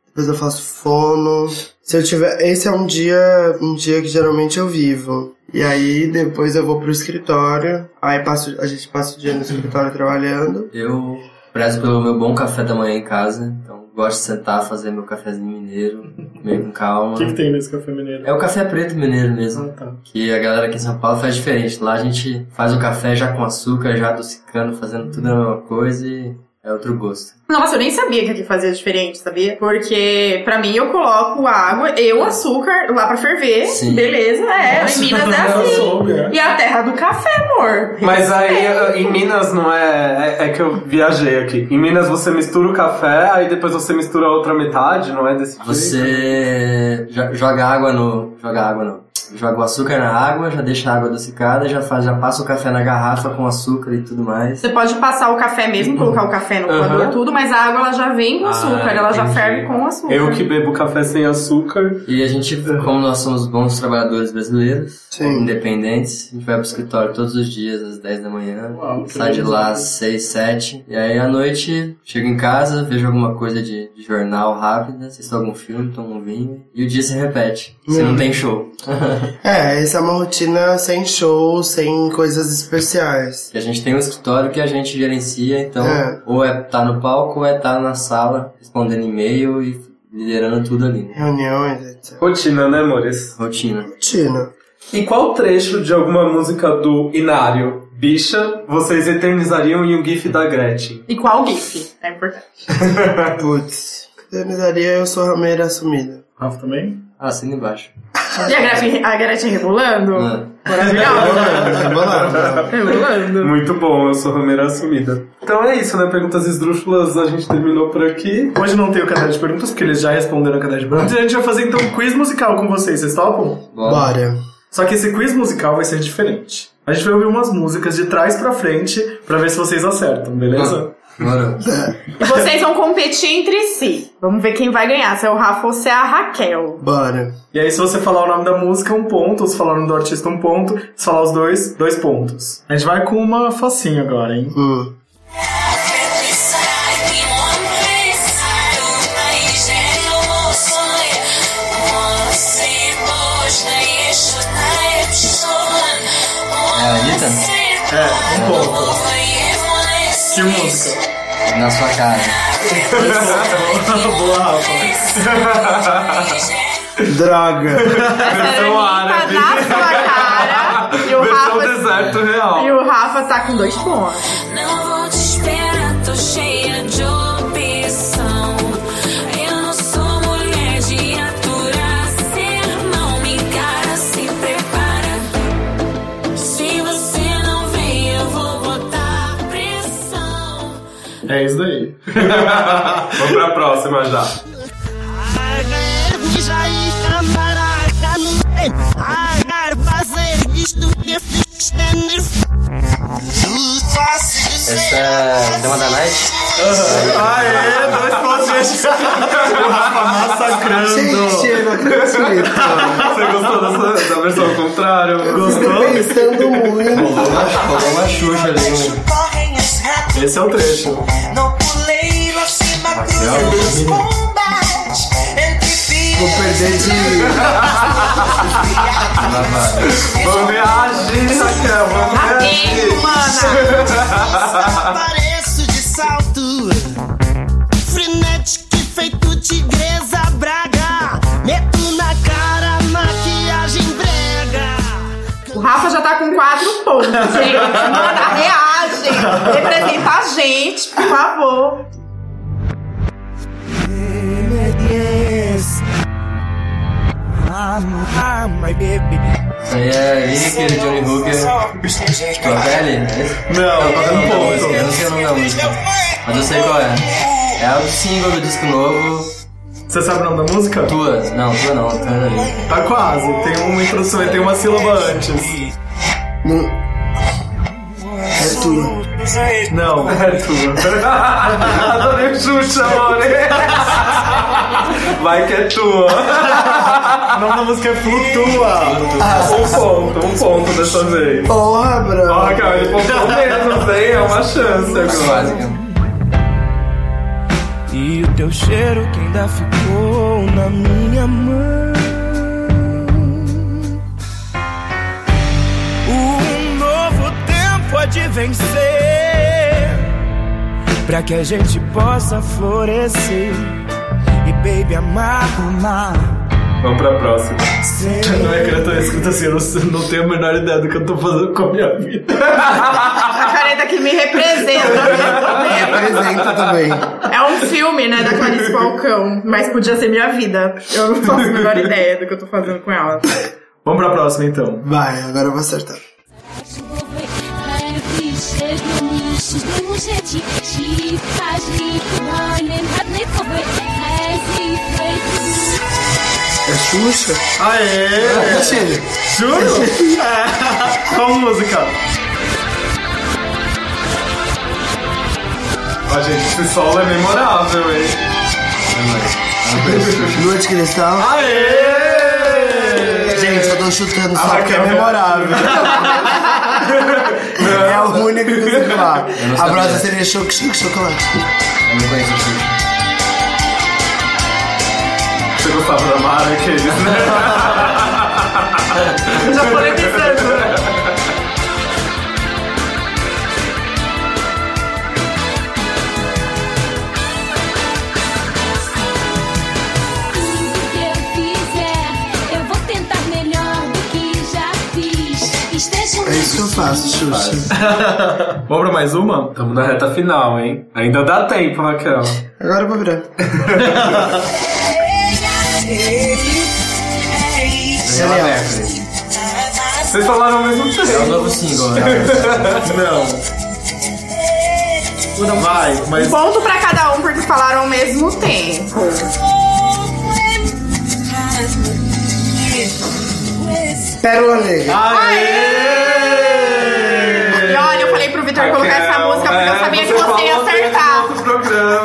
Speaker 5: depois eu faço fono. Se eu tiver. Esse é um dia. Um dia que geralmente eu vivo. E aí depois eu vou pro escritório. Aí passo, a gente passa o dia no escritório trabalhando.
Speaker 6: Eu prezo pelo meu bom café da manhã em casa, então gosto de sentar, fazer meu cafezinho mineiro, meio com calma.
Speaker 2: O que, que tem nesse café mineiro?
Speaker 6: É o café preto mineiro mesmo.
Speaker 2: Ah, tá.
Speaker 6: Que a galera aqui em São Paulo faz diferente. Lá a gente faz o café já com açúcar, já adocicando, fazendo tudo a mesma coisa e é outro gosto.
Speaker 4: Nossa, eu nem sabia que aqui fazia diferente, sabia? Porque, pra mim, eu coloco água e o açúcar lá pra ferver.
Speaker 6: Sim.
Speaker 4: Beleza, é.
Speaker 2: Nossa,
Speaker 4: em Minas é
Speaker 2: eu
Speaker 4: assim.
Speaker 2: soube, é.
Speaker 4: E a terra do café, amor.
Speaker 3: Mas aí eh, em Minas não é, é. é que eu viajei aqui. Em Minas você mistura o café, aí depois você mistura a outra metade, não é desse jeito?
Speaker 6: Você jo- joga água no. Joga água não. Joga o açúcar na água, já deixa a água adocicada, já, faz, já passa o café na garrafa com açúcar e tudo mais.
Speaker 4: Você pode passar o café mesmo, colocar o café no
Speaker 3: Aham.
Speaker 4: coador, tudo, mas a água ela já vem com
Speaker 6: Ah,
Speaker 4: açúcar, ela já
Speaker 6: entendi.
Speaker 4: ferve com açúcar.
Speaker 3: Eu que bebo café sem açúcar.
Speaker 6: E a gente, como nós somos bons trabalhadores brasileiros,
Speaker 5: Sim.
Speaker 6: independentes, a gente vai pro escritório todos os dias às 10 da manhã,
Speaker 2: Uau, que
Speaker 6: sai de
Speaker 2: legal.
Speaker 6: lá às 6, 7, e aí à noite chego em casa, vejo alguma coisa de, de jornal rápida, assisto algum filme, tomo um vinho, e o dia se repete. Você
Speaker 5: Uhum.
Speaker 6: não tem show.
Speaker 5: É, essa é uma rotina sem show, sem coisas especiais.
Speaker 6: Que a gente tem um escritório que a gente gerencia, então
Speaker 5: É.
Speaker 6: ou é tá no palco ou é tá na sala respondendo e-mail e liderando tudo ali, né?
Speaker 5: Reuniões, etc.
Speaker 3: Rotina, né, amores?
Speaker 6: Rotina.
Speaker 5: Rotina.
Speaker 3: E qual trecho de alguma música do Inário, bicha, vocês eternizariam em um gif da Gretchen.
Speaker 4: E qual GIF? É importante.
Speaker 5: Ah, Putz. Terminaria eu sou rameira assumida.
Speaker 2: Rafa também?
Speaker 6: Ah, Assina embaixo.
Speaker 4: E a Gretchen, a Gretchen rebolando?
Speaker 6: Ah.
Speaker 4: Maravilhosa.
Speaker 5: Rebolando.
Speaker 4: rebolando.
Speaker 3: Muito bom, eu sou Romero Assumida. Então é isso, né? Perguntas esdrúxulas a gente terminou por aqui.
Speaker 2: Hoje não tem o caderno de perguntas, porque eles já responderam o caderno de perguntas. E a gente vai fazer então um quiz musical com vocês, vocês topam?
Speaker 6: Bora.
Speaker 5: Bora.
Speaker 2: Só que esse quiz musical vai ser diferente. A gente vai ouvir umas músicas de trás pra frente pra ver se vocês acertam, beleza?
Speaker 6: Ah. Bora.
Speaker 4: E vocês vão competir entre si. Vamos ver quem vai ganhar, se é o Rafa ou se é a Raquel.
Speaker 5: Bora.
Speaker 2: E aí, se você falar o nome da música, um ponto. Se falar o nome do artista, um ponto. Se falar os dois, dois pontos. A gente vai com uma facinha agora, hein?
Speaker 5: Hum.
Speaker 6: É a Anitta?
Speaker 2: É, um ponto. Que música?
Speaker 6: Na sua cara.
Speaker 2: Boa, Rafa.
Speaker 5: Droga.
Speaker 4: Essa
Speaker 3: Versão
Speaker 4: Anitta
Speaker 3: árabe.
Speaker 4: na sua cara. E o
Speaker 3: Versão
Speaker 4: Rafa.
Speaker 3: deserto real.
Speaker 4: E o Rafa tá com dois pontos.
Speaker 8: Não vou te esperar, tô cheia de opção. Eu não sou mulher de aturar sermão. Me encara, se prepara. Se você não vem, eu vou botar pressão.
Speaker 2: É isso daí.
Speaker 3: Vamos pra próxima já.
Speaker 6: Essa é a Dama da Night?
Speaker 2: Aê, dois pontos, gente. O Rafa
Speaker 5: Gente,
Speaker 2: massacrando.
Speaker 5: eu não acredito.
Speaker 3: Você gostou dessa, da versão contrária?
Speaker 2: Gostou?
Speaker 5: Pensando muito.
Speaker 6: Rolou uma, rolou uma Xuxa ali. um-
Speaker 2: Esse
Speaker 3: um
Speaker 2: é o trecho.
Speaker 1: Não pulei lá cima
Speaker 6: Raquel,
Speaker 1: dos bombas entre
Speaker 5: Vou
Speaker 1: filhos.
Speaker 5: perder de.
Speaker 6: Uma vaga.
Speaker 3: Vamos ver a agir, Raquel. Vamos
Speaker 4: Ei,
Speaker 3: ver
Speaker 4: humana.
Speaker 1: Pareço de salto, frenético e feito tigresa braga. Meto na cara, maquiagem brega.
Speaker 4: O Rafa já tá com quatro pontos, gente. Mana, reagem. Representa a gente, por favor.
Speaker 6: Isso aí é Lineker, Johnny Hooker, Covelli? é esse?
Speaker 2: Não,
Speaker 6: qual que é o nome da
Speaker 2: um
Speaker 6: música? Eu não sei o nome da música. Mas eu sei qual é. É o single do disco novo.
Speaker 2: Você sabe o nome da música?
Speaker 6: Tua? Não, tua não, tua ali.
Speaker 2: Tá quase. Tem uma introdução e tem uma sílaba antes.
Speaker 5: Não. É tu.
Speaker 2: Não.
Speaker 3: a Adorei o Xuxa, amor. Vai que é tua.
Speaker 2: O nome da música é Flutua.
Speaker 3: Um ponto, um ponto dessa vez.
Speaker 5: Porra, bro.
Speaker 3: Ó, Raquel, ele pontou mesmo, hein? É uma chance agora.
Speaker 6: Quase. cara.
Speaker 1: E o teu cheiro que ainda ficou na minha mão. Um novo tempo há de vencer. Pra que a gente possa florescer. E baby amarrar
Speaker 3: Vamos pra próxima.
Speaker 2: Não é que eu tô escrito assim, eu não, não tenho a menor ideia do que eu tô fazendo com a minha vida.
Speaker 4: A careta que me representa.
Speaker 5: Apresenta tá também.
Speaker 4: É um filme, né, da Clarice Falcão. Mas podia ser minha vida. Eu não faço a menor ideia do que eu tô fazendo com ela.
Speaker 2: Vamos pra próxima, então.
Speaker 5: Vai, agora eu vou acertar. É Xuxa?
Speaker 2: Aê!
Speaker 5: Mentira.
Speaker 2: Juro? Qual música?
Speaker 3: Ó, gente, esse solo é memorável, hein?
Speaker 5: Lua de cristal?
Speaker 2: Aê!
Speaker 5: Gente, eu tô chutando
Speaker 2: A
Speaker 3: Ah,
Speaker 5: só porque é
Speaker 2: Raquel-
Speaker 5: memorável. É o único que eu sei falar.
Speaker 6: não
Speaker 5: A
Speaker 6: sabia.
Speaker 5: próxima seria choc, choc, chocolate.
Speaker 6: Eu não conheço o Xuxa.
Speaker 3: Você gostava da Mara, aqueles, né?
Speaker 4: Eu já polemizando.
Speaker 8: Tudo que eu fizer, eu vou tentar melhor do que já fiz. Esteja
Speaker 5: É isso que eu fácil, Xuxa.
Speaker 2: Vamos pra mais uma?
Speaker 3: Estamos na reta final, hein? Ainda dá tempo, Raquel.
Speaker 5: Agora eu vou virar.
Speaker 6: Daniela Mercury.
Speaker 3: Vocês falaram ao mesmo
Speaker 6: É o
Speaker 3: tempo.
Speaker 6: novo single, né?
Speaker 2: Não. Vai, mas.
Speaker 4: Ponto pra cada um porque falaram ao mesmo tempo.
Speaker 5: Pérola Negra.
Speaker 4: E olha, eu falei pro Vitor colocar essa música porque
Speaker 3: É,
Speaker 4: eu sabia que você ia acertar.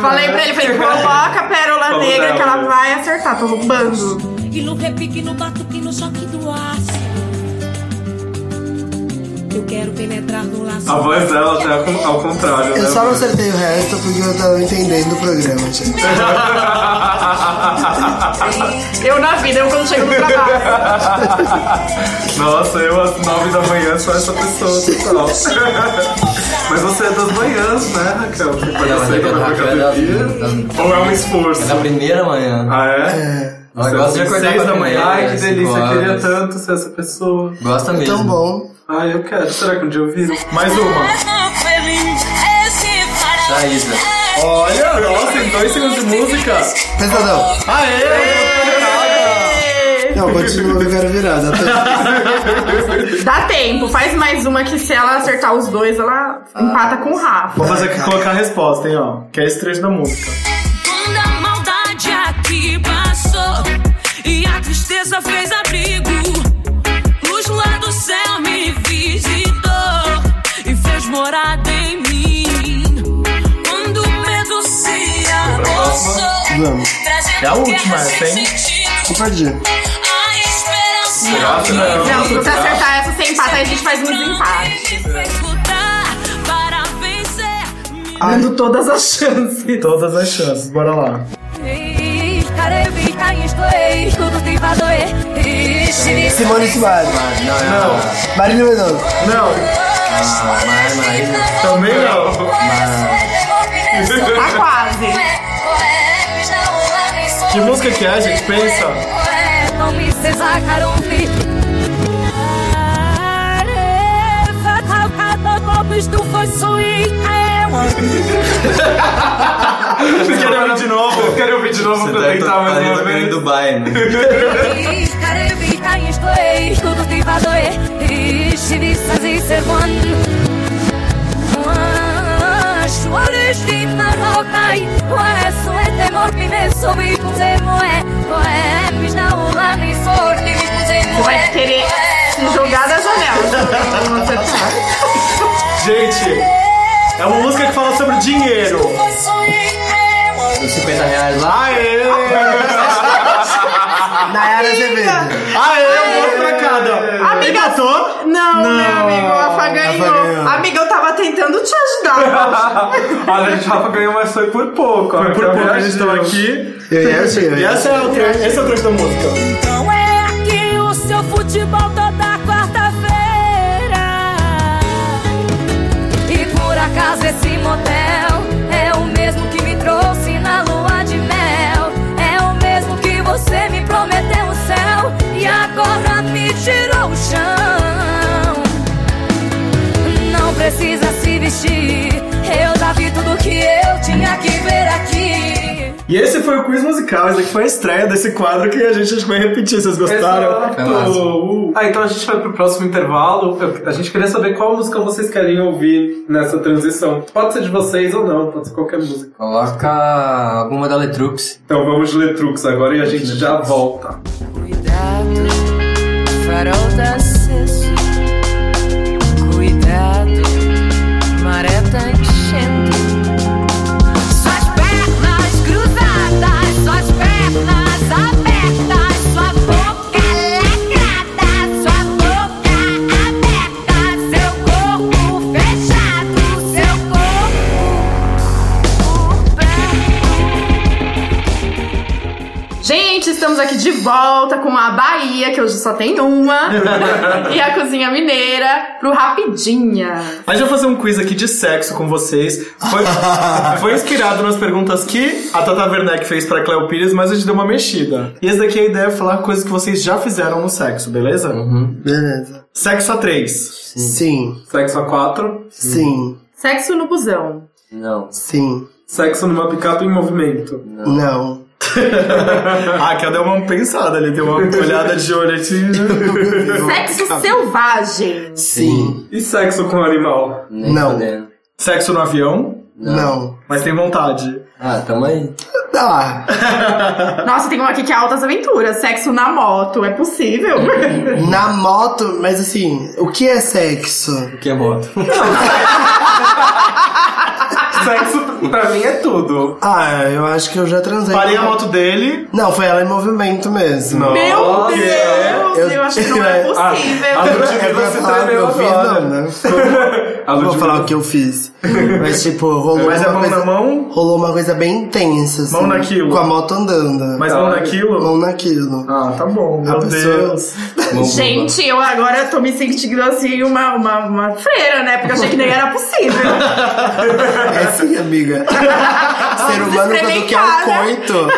Speaker 4: Falei pra ele, falei, coloca a Pérola
Speaker 3: Vamos
Speaker 4: Negra
Speaker 3: dar
Speaker 4: que ela
Speaker 3: uma.
Speaker 4: vai acertar, tô roubando.
Speaker 8: E no repique, no batuque, no choque do ácido. Eu quero penetrar no laço.
Speaker 3: A voz dela já é ao- ao contrário,
Speaker 5: Eu
Speaker 3: né?
Speaker 5: só não acertei o resto porque eu tava entendendo o programa, Tá gente.
Speaker 4: Eu na vida, eu quando chego no trabalho.
Speaker 3: Nossa, eu às 9 da manhã sou essa pessoa total. Mas você é das manhãs, né, Raquel? Porque
Speaker 6: Ela
Speaker 3: pode ser que vai
Speaker 6: é
Speaker 3: pra
Speaker 6: da- tá assim,
Speaker 3: academia. Ou é um esforço.
Speaker 6: Na primeira manhã.
Speaker 3: Ah, é?
Speaker 5: É,
Speaker 6: Ela gosta de acordar
Speaker 3: Seis
Speaker 6: pra
Speaker 3: da
Speaker 6: manhã.
Speaker 3: Ai, que
Speaker 6: cinco
Speaker 3: delícia, eu queria
Speaker 6: horas.
Speaker 3: tanto ser essa pessoa.
Speaker 6: Gosta mesmo.
Speaker 5: tão bom.
Speaker 3: Ai, eu quero. Será que um dia eu viro?
Speaker 2: Mais uma.
Speaker 6: Da Isa.
Speaker 8: é
Speaker 2: Olha, nossa, em dois segundos de música.
Speaker 5: Pesadão.
Speaker 4: É.
Speaker 5: Não, continua eu quero virada. Até-
Speaker 4: Dá tempo, faz mais uma que se ela acertar os dois, ela empata com o Rafa.
Speaker 2: Vou fazer aqui colocar a resposta, hein, ó. Que é esse trecho da música.
Speaker 8: Quando a maldade aqui passou e a tristeza fez abrigo, luz lá do céu me visitou e fez morada em mim. Quando o medo se apossou,
Speaker 5: Vamos.
Speaker 8: trazendo
Speaker 2: É a última
Speaker 8: guerra
Speaker 2: essa,
Speaker 8: sem
Speaker 2: hein?
Speaker 8: sentido,
Speaker 5: Pode ir.
Speaker 8: a esperança.
Speaker 3: Graças a Deus.
Speaker 4: Não, se você acertar essa sem empate, a gente faz um desempate.
Speaker 8: me fez lutar para vencer. Me
Speaker 2: Dando todas as chances. Todas as chances, bora lá.
Speaker 5: Simone Soares.
Speaker 6: Não, é
Speaker 2: Não.
Speaker 6: a-
Speaker 5: Marília Mendonça.
Speaker 2: Não,
Speaker 6: a Mar- Maísa.
Speaker 2: também não.
Speaker 4: Tá quase.
Speaker 2: Que música que é, gente? Pensa.
Speaker 4: é um
Speaker 2: Vocês querem ouvir de novo?
Speaker 3: Eu quero ouvir de novo pra
Speaker 6: Você
Speaker 3: tentar
Speaker 6: tá
Speaker 3: mais
Speaker 6: parecendo
Speaker 3: uma
Speaker 6: alguém
Speaker 3: vez.
Speaker 6: em Dubai, né?
Speaker 4: Você vai querer se jogar da janela.
Speaker 2: Gente, é uma música que fala sobre dinheiro.
Speaker 6: Os 50 reais lá.
Speaker 2: Aê!
Speaker 5: Nayara Azevedo.
Speaker 2: Aê, um outro pra cada.
Speaker 4: Amiga-
Speaker 2: Empatou?
Speaker 4: Não, não, né, amigo? A Rafa ganhou.
Speaker 5: ganhou.
Speaker 4: Amiga, eu tava tentando te ajudar.
Speaker 3: Olha, a gente Rafa ganhou, mas foi por pouco. Então,
Speaker 2: Foi por pouco a gente
Speaker 3: reagiu.
Speaker 2: estão aqui.
Speaker 5: Eu ia assistir, eu
Speaker 2: E
Speaker 5: ia
Speaker 2: essa é o trecho, esse é o trecho da música.
Speaker 8: Então é aqui o seu futebol toda quarta-feira. E por acaso esse motel é o mesmo que me trouxe na lua de mel. É o mesmo que você me prometeu o céu e agora me tirou o chão. Não precisa se vestir, eu já vi tudo que eu tinha que ver aqui.
Speaker 2: E esse foi o quiz musical, esse aqui foi a estreia desse quadro que a gente acho que vai repetir, vocês gostaram?
Speaker 3: Exato.
Speaker 6: É massa.
Speaker 2: Uh,
Speaker 3: Ah, então a gente vai pro próximo intervalo. Eu- A gente queria saber qual música vocês querem ouvir nessa transição. Pode ser de vocês ou não, pode ser qualquer música.
Speaker 6: Coloca alguma da Letrux.
Speaker 3: Então vamos de Letrux agora e a gente já volta.
Speaker 9: Cuidado, farol tá aceso. Cuidado, maré tá enchendo.
Speaker 8: Suas pernas cruzadas, suas pernas abertas, sua boca lacrada, sua boca aberta, seu corpo fechado, seu corpo.
Speaker 4: Gente, Estamos aqui de volta com a Bahia, que hoje só tem uma, e a cozinha mineira pro Rapidinha.
Speaker 2: Mas eu vou fazer um quiz aqui de sexo com vocês. Foi, foi inspirado nas perguntas que a Tata Werneck fez pra Cleo Pires, mas a gente deu uma mexida. E esse daqui a ideia é falar coisas que vocês já fizeram no sexo, beleza?
Speaker 5: Beleza.
Speaker 2: Sexo a três.
Speaker 5: Sim,
Speaker 3: Sexo a quatro.
Speaker 5: sim,
Speaker 4: Sexo no busão.
Speaker 6: Não.
Speaker 5: sim.
Speaker 3: Sexo numa picape em movimento.
Speaker 5: Não.
Speaker 2: Ah, que eu dei uma pensada ali, deu uma olhada de olho assim.
Speaker 4: Sexo selvagem.
Speaker 5: Sim.
Speaker 3: E sexo com animal?
Speaker 6: Nem
Speaker 5: Não.
Speaker 6: fudendo.
Speaker 2: Sexo no avião,
Speaker 5: Não. Tá
Speaker 2: mas tem vontade.
Speaker 6: Ah, tamo aí.
Speaker 5: Dá.
Speaker 4: Nossa, tem uma aqui que é altas aventuras. Sexo na moto. É possível?
Speaker 5: Na moto, mas assim, o que é sexo?
Speaker 6: O que é moto?
Speaker 3: Sexo pra mim é tudo.
Speaker 5: Ah, eu acho que eu já transei.
Speaker 2: Parei a moto dele.
Speaker 5: Não, foi ela em movimento mesmo.
Speaker 4: Meu
Speaker 3: Olha.
Speaker 4: Deus! Eu,
Speaker 5: Eu-
Speaker 4: acho que não é
Speaker 5: eu-
Speaker 3: Ah,
Speaker 4: possível.
Speaker 3: a
Speaker 5: É
Speaker 3: Ludmilla
Speaker 5: pra
Speaker 3: se
Speaker 5: falar o que
Speaker 3: tremeu
Speaker 5: eu fiz,
Speaker 3: agora.
Speaker 5: não, né?
Speaker 3: A
Speaker 5: Não vou
Speaker 3: Ludmilla-
Speaker 5: falar o que eu fiz. Mas, tipo, rolou,
Speaker 2: Mas é
Speaker 5: uma,
Speaker 2: mão na
Speaker 5: coisa,
Speaker 2: mão,
Speaker 5: rolou uma coisa bem intensa, assim.
Speaker 2: Mão naquilo.
Speaker 5: Com a moto andando.
Speaker 2: mas
Speaker 3: Tá.
Speaker 2: mão naquilo.
Speaker 5: Mão naquilo.
Speaker 2: Ah, tá bom,
Speaker 5: A
Speaker 2: meu
Speaker 5: pessoa-
Speaker 2: Deus.
Speaker 6: Bom,
Speaker 4: Gente, eu agora tô me sentindo assim uma, uma, uma freira, né? Porque eu achei que nem era possível.
Speaker 5: É sim, amiga. Ser humano quando quer um
Speaker 4: Experimentada.
Speaker 5: coito.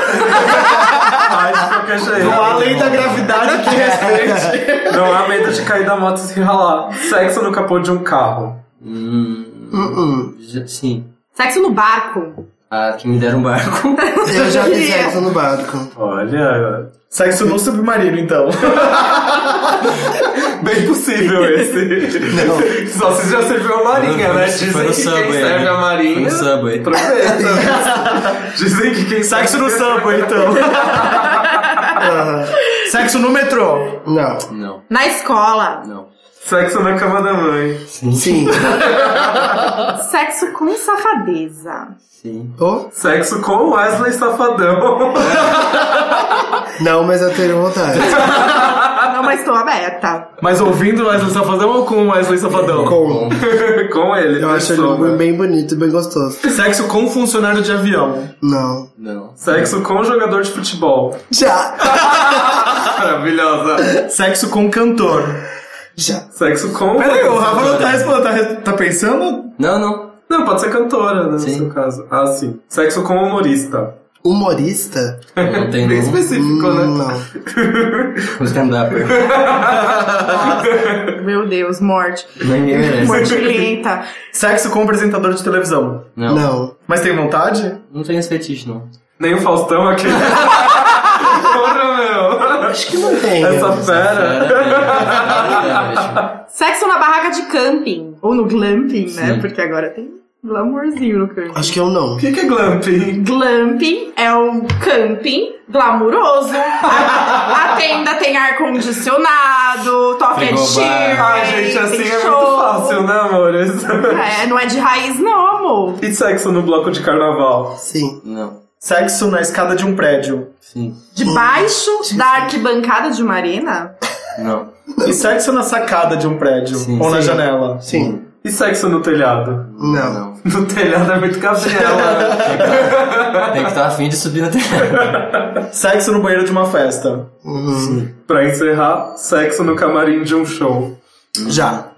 Speaker 3: Ai, de qualquer jeito.
Speaker 2: Não há lei da gravidade que respeite.
Speaker 3: Não há medo de cair da moto e se ralar. Sexo no capô de um carro.
Speaker 6: Hum,
Speaker 5: Uh-uh.
Speaker 6: já- sim.
Speaker 4: Sexo no barco.
Speaker 6: Ah, que me deram um barco.
Speaker 5: Eu já fiz
Speaker 4: Queria.
Speaker 5: sexo no barco.
Speaker 3: Olha,
Speaker 2: Sexo no submarino, então.
Speaker 3: bem possível esse. Só se já serviu a marinha, né? Dizem
Speaker 6: Foi no
Speaker 3: que quem
Speaker 6: Subway,
Speaker 3: serve
Speaker 6: né?
Speaker 3: a
Speaker 6: Foi
Speaker 3: marinha
Speaker 6: no Subway.
Speaker 3: aproveita. Dizem que quem
Speaker 2: Sexo no
Speaker 3: serve-
Speaker 2: sampo, então. Sexo no metrô.
Speaker 5: Não.
Speaker 6: Não,
Speaker 4: Na escola.
Speaker 6: não.
Speaker 3: Sexo na cama da mãe.
Speaker 5: Sim.
Speaker 4: Sexo com safadeza.
Speaker 6: Sim.
Speaker 5: Oh?
Speaker 3: Sexo com Wesley Safadão.
Speaker 5: Não, mas eu tenho vontade.
Speaker 4: Não, mas estou É aberta.
Speaker 2: Mas ouvindo o Wesley Safadão ou com o Wesley Safadão?
Speaker 5: Com.
Speaker 3: com ele. né?
Speaker 5: Eu acho
Speaker 3: persona.
Speaker 2: né?
Speaker 5: ele bem bonito e bem gostoso.
Speaker 2: Sexo com um funcionário de avião.
Speaker 5: Não.
Speaker 6: Não.
Speaker 3: Sexo com um jogador de futebol.
Speaker 5: Já.
Speaker 3: Maravilhosa.
Speaker 2: Sexo com cantor.
Speaker 5: Já.
Speaker 3: Sexo com. um
Speaker 2: Peraí, o Rafa não tá respondendo. Tá, re- tá pensando?
Speaker 6: Não, não.
Speaker 3: Não, pode ser cantora, né?
Speaker 6: Sim.
Speaker 3: No seu caso. Ah, sim. Sexo com humorista.
Speaker 5: Humorista?
Speaker 6: Não
Speaker 3: Bem
Speaker 6: tem nenhum.
Speaker 3: específico,
Speaker 5: Hum,
Speaker 3: né?
Speaker 5: Não.
Speaker 6: Um stand-upper.
Speaker 4: Meu Deus, morte.
Speaker 6: Ninguém
Speaker 5: É.
Speaker 6: merece.
Speaker 4: Morte lenta.
Speaker 2: Sexo com um apresentador de televisão.
Speaker 6: Não. Não,
Speaker 5: Não.
Speaker 2: Mas tem vontade?
Speaker 6: não tem esse fetiche, não.
Speaker 3: Nem o Faustão aqui. Porra, meu.
Speaker 5: Acho que não tem. né?
Speaker 3: Essa fera.
Speaker 6: Cara,
Speaker 4: Sexo na barraca de camping. Ou no glamping, né? Porque agora tem glamourzinho no camping.
Speaker 5: Acho que eu não.
Speaker 3: O que, que é glamping?
Speaker 4: Glamping é um camping glamuroso. A, a tenda tem ar-condicionado, toca de
Speaker 6: Frigobar.
Speaker 4: cheer.
Speaker 3: Ai, gente, assim
Speaker 4: tem
Speaker 3: é muito
Speaker 4: show.
Speaker 3: fácil, né, amores?
Speaker 4: É, não é de raiz, não, amor.
Speaker 3: E sexo no bloco de carnaval?
Speaker 5: Sim.
Speaker 6: não.
Speaker 2: Sexo na escada de um prédio.
Speaker 6: Sim.
Speaker 5: Hum.
Speaker 4: Debaixo da arquibancada de Marina?
Speaker 6: Não.
Speaker 2: E sexo na sacada de um prédio.
Speaker 6: Sim,
Speaker 2: ou na
Speaker 6: sim.
Speaker 2: janela.
Speaker 5: Sim.
Speaker 3: E sexo no telhado?
Speaker 5: Não.
Speaker 3: No telhado é muito né? capela.
Speaker 6: Tem que estar afim de subir na terra.
Speaker 2: Sexo no banheiro de uma festa.
Speaker 5: Uhum.
Speaker 3: pra encerrar, sexo no camarim de um show.
Speaker 5: Já.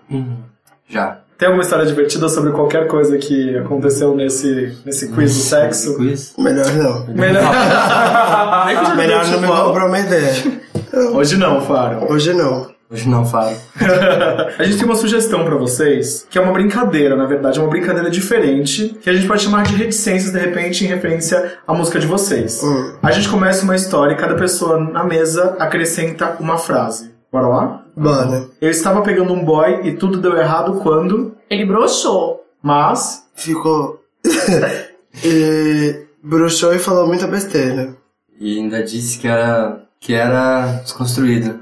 Speaker 6: Já.
Speaker 2: Tem alguma história divertida sobre qualquer coisa que aconteceu nesse, nesse quiz do sexo?
Speaker 6: Quiz?
Speaker 5: Melhor não.
Speaker 2: Melhor, Ah,
Speaker 5: Melhor não me comprometer.
Speaker 2: Hoje não, Faro.
Speaker 5: Hoje não.
Speaker 6: Hoje não falo.
Speaker 2: a gente tem uma sugestão pra vocês, que é uma brincadeira, na verdade, é uma brincadeira diferente, que a gente pode chamar de reticências, de repente, em referência à música de vocês.
Speaker 5: Hum.
Speaker 2: A gente começa uma história e cada pessoa na mesa acrescenta uma frase. Bora lá?
Speaker 5: Bora.
Speaker 2: Eu estava pegando um boy e tudo deu errado quando,
Speaker 4: Ele broxou.
Speaker 2: mas
Speaker 5: Ficou. e... Bruxou e falou muita besteira.
Speaker 6: E ainda disse que era, que era desconstruído.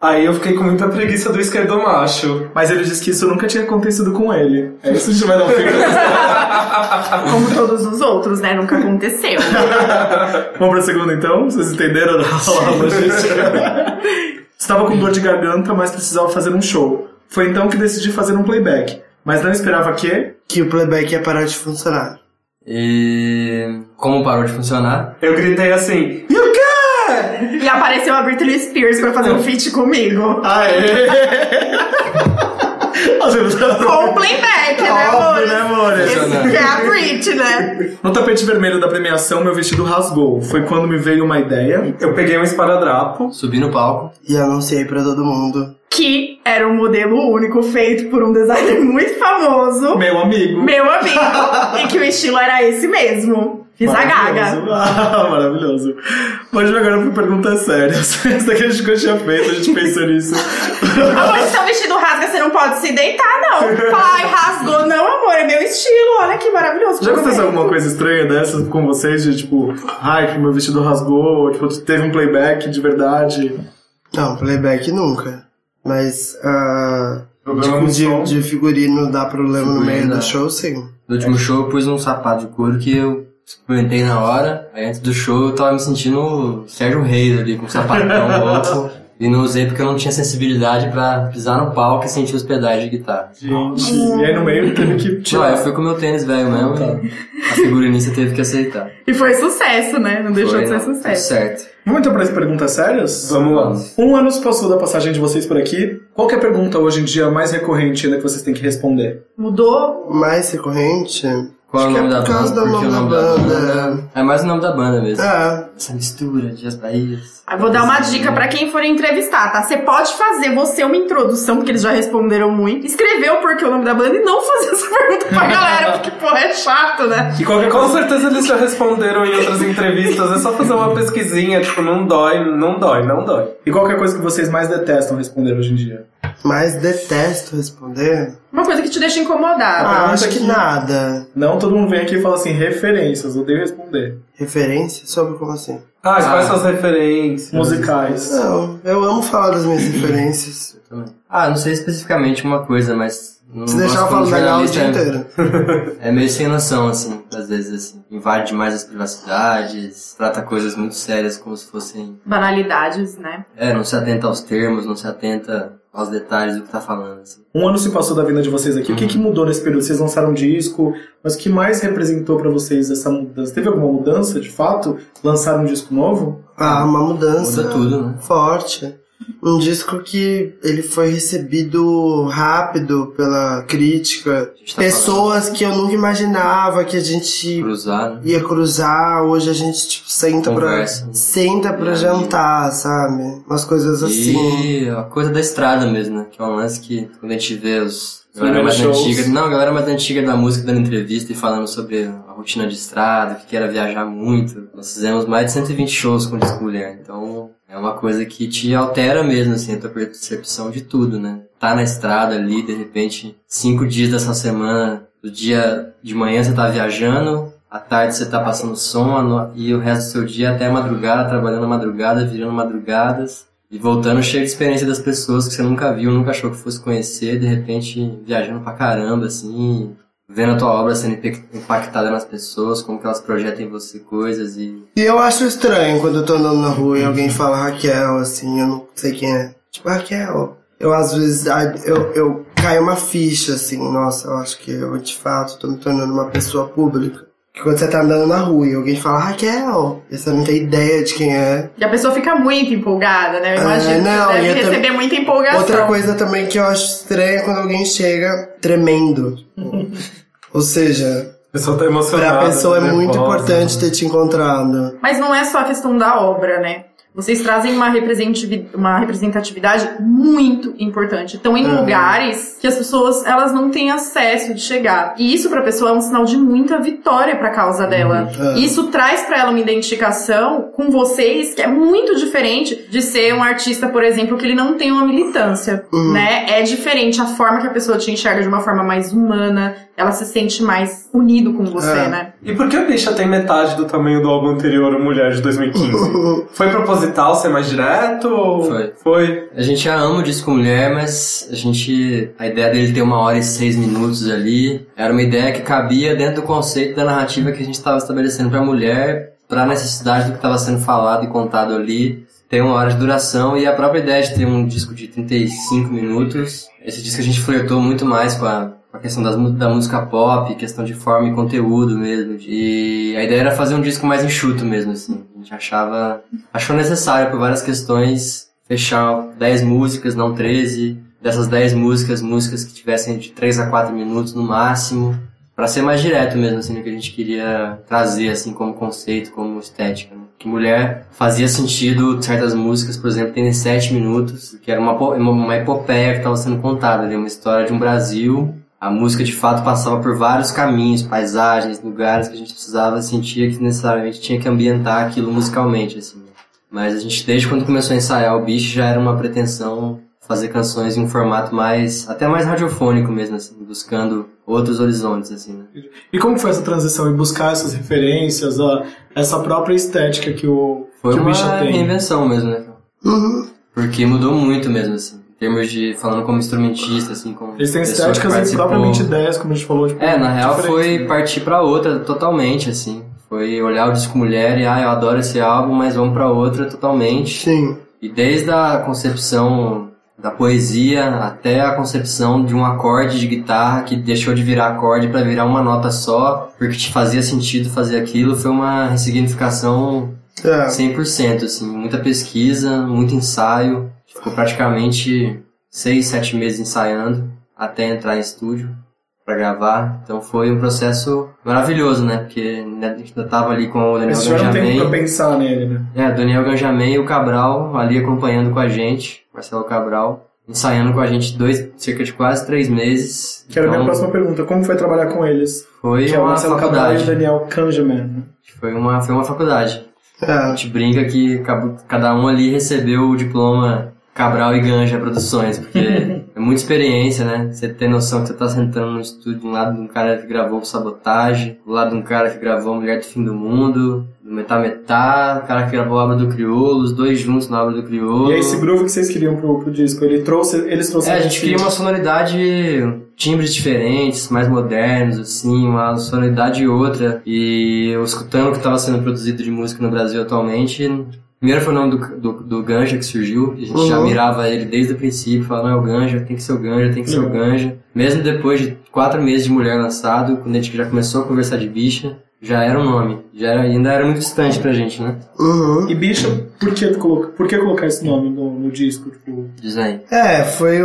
Speaker 3: Aí eu fiquei com muita preguiça do esquerdo macho.
Speaker 2: mas ele disse que isso nunca tinha acontecido com ele. É isso que a gente vai dar um fim.
Speaker 4: Como todos os outros, né? Nunca aconteceu.
Speaker 2: Vamos pra segunda então? Vocês entenderam a logística? Estava com dor de garganta, mas precisava fazer um show. Foi então que decidi fazer um playback. Mas não esperava que.
Speaker 5: Que o playback ia parar de funcionar.
Speaker 6: E como parou de funcionar?
Speaker 3: Eu gritei assim, e o quê?
Speaker 4: E apareceu a Britney Spears pra fazer um feat comigo.
Speaker 2: Aê! Nossa, você tá
Speaker 4: Com o playback, né, amor?
Speaker 2: Óbvio, né, amor?
Speaker 4: Esse que é a Britney, né?
Speaker 2: No tapete vermelho da premiação, meu vestido rasgou. Foi quando me veio uma ideia.
Speaker 3: Eu peguei um esparadrapo.
Speaker 6: Subi no palco.
Speaker 5: E anunciei pra todo mundo.
Speaker 4: Que era um modelo único feito por um designer muito famoso,
Speaker 2: Meu amigo.
Speaker 4: meu amigo, e que o estilo era esse mesmo. Fiz a gaga.
Speaker 2: Maravilhoso. Ah, maravilhoso. Mas agora pra perguntas sérias. Essa daqui a gente nunca tinha feito, a gente pensou nisso.
Speaker 4: Amor, se seu vestido rasga, você não pode se deitar, não. Fala, ai, rasgou. Não, amor, é meu estilo. Olha que maravilhoso.
Speaker 2: Já aconteceu alguma coisa estranha dessas com vocês? De tipo, ai, que meu vestido rasgou, ou, tipo, teve um playback de verdade.
Speaker 5: Não, playback nunca. Mas ah,
Speaker 3: Problema
Speaker 2: Tipo,
Speaker 3: no
Speaker 5: de,
Speaker 3: som.
Speaker 5: de figurino dá problema no meio
Speaker 6: Figurino,
Speaker 5: do
Speaker 6: é.
Speaker 5: show, sim.
Speaker 6: No último show eu pus um sapato de couro que eu experimentei na hora. Aí antes do show eu tava me sentindo o Sérgio Reis ali, com um sapatão louco. E não usei porque eu não tinha sensibilidade pra pisar no palco e sentir os pedais de guitarra.
Speaker 2: Gente, e aí no meio teve que
Speaker 6: Não, eu
Speaker 2: tirar.
Speaker 6: fui com meu tênis velho mesmo e a figurinista teve que aceitar.
Speaker 4: E foi sucesso, né? Não deixou
Speaker 6: Foi,
Speaker 4: de ser
Speaker 6: não, tudo
Speaker 4: sucesso.
Speaker 6: Certo.
Speaker 2: Vamos então para as perguntas sérias?
Speaker 3: Vamos lá.
Speaker 2: Um ano se passou da passagem de vocês por aqui. Qual que é a pergunta hoje em dia mais recorrente ainda que vocês têm que responder?
Speaker 4: Mudou.
Speaker 5: Mais recorrente.
Speaker 6: Qual é o
Speaker 5: Acho que
Speaker 6: nome
Speaker 5: é
Speaker 6: da
Speaker 5: por causa
Speaker 6: banda?
Speaker 5: do
Speaker 6: Porque
Speaker 5: nome
Speaker 6: o
Speaker 5: da
Speaker 6: nome
Speaker 5: banda. né?
Speaker 6: É mais o nome da banda mesmo.
Speaker 5: É.
Speaker 6: Essa mistura de as Bahias.
Speaker 4: Eu Ah, vou dar uma dica pra quem for entrevistar, tá? Você pode fazer você uma introdução, porque eles já responderam muito. Escreveu porque o nome da banda e não fazer essa pergunta pra galera, porque, porra, é chato, né?
Speaker 2: E qualquer
Speaker 3: Com certeza eles já responderam em outras entrevistas. É só fazer uma pesquisinha, tipo, não dói, não dói, não dói.
Speaker 2: E qual que é a coisa que vocês mais detestam responder hoje em dia?
Speaker 5: Mas detesto responder.
Speaker 4: Uma coisa que te deixa incomodado.
Speaker 5: Ah,
Speaker 2: pergunta
Speaker 5: acho que
Speaker 2: que-
Speaker 5: nada.
Speaker 2: Não, todo mundo vem aqui e fala assim, referências, odeio responder.
Speaker 5: Referência? Sobre como assim?
Speaker 3: Ah, quais
Speaker 6: Ah.
Speaker 3: são as referências?
Speaker 2: Musicais.
Speaker 5: Não, eu amo falar das minhas referências.
Speaker 6: Ah, não sei especificamente uma coisa, mas. Não
Speaker 5: Se deixar eu
Speaker 6: gosto quando
Speaker 5: falo legal o
Speaker 6: jornalista
Speaker 5: dia inteiro.
Speaker 6: é, é meio sem noção, assim, às vezes, assim. Invade demais as privacidades, trata coisas muito sérias como se fossem.
Speaker 4: Banalidades, né?
Speaker 6: É, não se atenta aos termos, não se atenta aos detalhes do que tá falando, assim.
Speaker 2: Um ano se passou da vinda de vocês aqui. O que, que mudou nesse período? Vocês lançaram um disco, mas o que mais representou pra vocês essa mudança? Teve alguma mudança, de fato? Lançaram um disco novo?
Speaker 5: Ah, uma mudança.
Speaker 6: Muda tudo, né?
Speaker 5: forte. Um disco que ele foi recebido rápido pela crítica.
Speaker 6: A gente tá
Speaker 5: Pessoas que eu nunca imaginava que a gente
Speaker 6: falando, cruzar, né?
Speaker 5: ia cruzar. Hoje a gente tipo, senta
Speaker 6: Conversa.
Speaker 5: pra. Senta pra
Speaker 6: E-
Speaker 5: jantar, sabe? Umas coisas assim.
Speaker 6: E a coisa da estrada mesmo, né? Que é um lance que quando a gente vê os. a Galera mais
Speaker 2: Primeiros shows.
Speaker 6: antiga. Não, a galera mais antiga da música dando entrevista e falando sobre a rotina de estrada, que era viajar muito. Nós fizemos mais de 120 shows com o Disco Mulher. Então é uma coisa que te altera mesmo, assim, a tua percepção de tudo, né? Tá na estrada ali, de repente, cinco dias dessa semana, do dia de manhã você tá viajando. À tarde você tá passando sono e o resto do seu dia é até a madrugada, trabalhando a madrugada, virando madrugadas. E voltando, cheio de experiência das pessoas que você nunca viu, nunca achou que fosse conhecer, de repente viajando pra caramba, assim, vendo a tua obra sendo impe- impactada nas pessoas, como que elas projetam em você coisas e.
Speaker 5: E eu acho estranho quando eu tô andando na rua e
Speaker 6: Uhum.
Speaker 5: alguém fala Raquel, assim, eu não sei quem é. Tipo, Raquel. Eu às vezes ai, eu, eu caio uma ficha, assim, nossa, eu acho que eu de fato tô me tornando uma pessoa pública. Que quando você tá andando na rua e alguém fala Raquel, e você não tem ideia de quem é.
Speaker 4: E a pessoa fica muito empolgada, né? Eu
Speaker 5: É,
Speaker 4: imagino
Speaker 5: não,
Speaker 4: que você
Speaker 5: e eu
Speaker 4: deve
Speaker 5: tam-
Speaker 4: receber muita empolgação.
Speaker 5: Outra coisa também que eu acho estranha é quando alguém chega tremendo. Ou seja,
Speaker 3: A pessoa tá emocionada.
Speaker 5: pra pessoa é
Speaker 3: tá
Speaker 5: muito
Speaker 3: nervosa.
Speaker 5: importante ter te encontrado.
Speaker 4: Mas não é só a questão da obra, né? Vocês trazem uma representativi- uma representatividade muito importante. Estão em
Speaker 5: Uhum.
Speaker 4: lugares que as pessoas elas não têm acesso de chegar. E isso pra pessoa é um sinal de muita vitória pra causa dela.
Speaker 5: Uhum.
Speaker 4: Isso traz pra ela uma identificação com vocês que é muito diferente de ser um artista, por exemplo, que ele não tem uma militância,
Speaker 5: Uhum.
Speaker 4: né? É diferente a forma que a pessoa te enxerga de uma forma mais humana, ela se sente mais unido com você,
Speaker 5: É.
Speaker 4: né?
Speaker 3: E por que a bicha tem metade do tamanho do álbum anterior, A Mulher, de 2015? Foi proposital ser mais direto? ou-
Speaker 6: Foi.
Speaker 3: Foi.
Speaker 6: A gente já ama o disco mulher, mas a gente. A ideia dele ter uma hora e seis minutos ali era uma ideia que cabia dentro do conceito da narrativa que a gente estava estabelecendo pra mulher, pra necessidade do que estava sendo falado e contado ali. tem uma hora de duração e a própria ideia de ter um disco de 35 minutos. Esse disco a gente flertou muito mais com a a questão das, mu- da música pop, questão de forma e conteúdo mesmo. E a ideia era fazer um disco mais enxuto mesmo, assim. A gente achava. Achou necessário por várias questões fechar 10 músicas, não 13. Dessas 10 músicas, músicas que tivessem de 3 a 4 minutos no máximo. Pra ser mais direto mesmo, assim, no que a gente queria trazer, assim, como conceito, como estética. né? Que mulher fazia sentido certas músicas, por exemplo, terem 7 minutos, que era uma, po- uma, uma epopeia que estava sendo contada, ali, uma história de um Brasil a música de fato passava por vários caminhos, paisagens, lugares que a gente precisava sentir que necessariamente tinha que ambientar aquilo musicalmente, assim. Mas a gente, desde quando começou a ensaiar o bicho, já era uma pretensão fazer canções em um formato mais, até mais radiofônico mesmo, assim, buscando outros horizontes, assim, né?
Speaker 2: E como foi essa transição? E buscar essas referências, a- essa própria estética que o,
Speaker 6: Foi
Speaker 2: que o
Speaker 6: uma
Speaker 2: bicho tem.
Speaker 6: reinvenção mesmo, né?
Speaker 5: Uhum,
Speaker 6: Porque mudou muito mesmo, assim, em termos de, falando como instrumentista, assim, como
Speaker 2: Eles têm
Speaker 6: pessoa que
Speaker 2: estéticas e
Speaker 6: participou.
Speaker 2: propriamente ideias, como a gente falou. Tipo,
Speaker 6: É, na real
Speaker 2: diferentes,
Speaker 6: foi
Speaker 2: né?
Speaker 6: partir pra outra totalmente, assim. Foi olhar o disco Mulher e, ah, eu adoro esse álbum, mas vamos pra outra totalmente.
Speaker 5: Sim.
Speaker 6: E desde a concepção da poesia até a concepção de um acorde de guitarra que deixou de virar acorde pra virar uma nota só, porque te fazia sentido fazer aquilo, foi uma ressignificação
Speaker 5: É.
Speaker 6: 100%, assim, muita pesquisa, muito ensaio. Ficou praticamente seis, sete meses ensaiando até entrar em estúdio pra gravar. Então foi um processo maravilhoso, né? Porque né, a gente ainda tava ali com o Daniel
Speaker 2: Eles tiveram tempo pra
Speaker 6: Ganjamin.
Speaker 2: pensar nele, né?
Speaker 6: É, Daniel Ganjamin e o Cabral ali acompanhando com a gente, Marcelo Cabral, ensaiando com a gente dois, cerca de quase três meses.
Speaker 2: Que era a minha
Speaker 6: Então,
Speaker 2: próxima pergunta. Como foi trabalhar com eles?
Speaker 6: Foi
Speaker 2: que é o
Speaker 6: uma
Speaker 2: Marcelo Cabral e o
Speaker 6: faculdade.
Speaker 2: Daniel Kangeman. né?
Speaker 6: Foi uma, foi uma faculdade. A
Speaker 5: É.
Speaker 6: gente brinca que cab- cada um ali recebeu o diploma Cabral e Ganja Produções, porque é muita experiência, né? Você ter noção que você tá sentando no estúdio de um lado de um cara que gravou Sabotagem, do lado de um cara que gravou Mulher do Fim do Mundo, do Metá Metá, o cara que gravou a obra do Criolo, os dois juntos na obra do Criolo.
Speaker 2: E aí, esse groove que vocês queriam pro, pro disco, ele trouxe, eles trouxeram.
Speaker 6: Hum. É, a gente queria uma sonoridade, timbres diferentes, mais modernos, assim, uma sonoridade outra. E eu escutando o que estava sendo produzido de música no Brasil atualmente, primeiro foi o nome do, do, do Ganja que surgiu, e a gente já
Speaker 5: Uhum.
Speaker 6: mirava ele desde o princípio, falando, é o Ganja, tem que ser o Ganja, tem que ser o Ganja. Mesmo depois de quatro meses de Mulher lançado, quando a gente já começou a conversar de bicha, já era um nome, já era, ainda era muito distante pra gente, né?
Speaker 5: Uhum.
Speaker 2: E bicha, por que, tu colo- por que colocar esse nome no, no disco? Tipo,
Speaker 6: Design.
Speaker 5: É, foi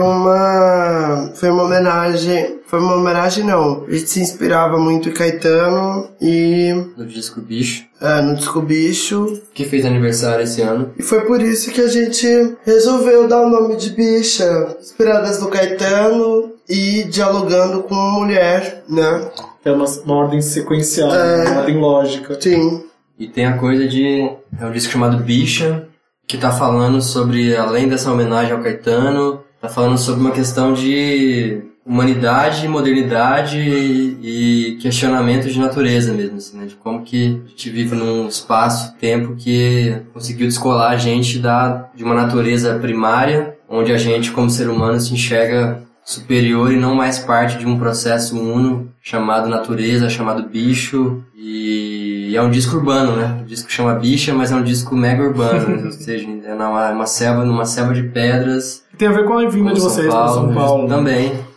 Speaker 5: uma. Foi uma homenagem. Foi uma homenagem, não. A gente se inspirava muito em Caetano e.
Speaker 6: No disco Bicho,
Speaker 5: É, no Disco Bicho.
Speaker 6: que fez aniversário esse ano.
Speaker 5: E foi por isso que a gente resolveu dar o nome de bicha. Inspiradas no Caetano e dialogando com mulher, né?
Speaker 2: é uma, uma ordem sequencial,
Speaker 5: É.
Speaker 2: uma ordem lógica.
Speaker 5: Sim.
Speaker 6: E tem a coisa de. É um disco chamado Bicha, que tá falando sobre, além dessa homenagem ao Caetano, tá falando sobre uma questão de humanidade, modernidade e, e questionamento de natureza mesmo, assim, né? De como que a gente vive num espaço-tempo que conseguiu descolar a gente da, de uma natureza primária, onde a gente, como ser humano, se enxerga superior e não mais parte de um processo uno chamado natureza, chamado bicho. E é um disco urbano, né? O disco chama Bicha, mas é um disco mega urbano, né? ou seja, é numa, uma selva, numa selva de pedras.
Speaker 2: Tem a ver com a vinda
Speaker 6: como
Speaker 2: de vocês para São Paulo. né?
Speaker 6: Também.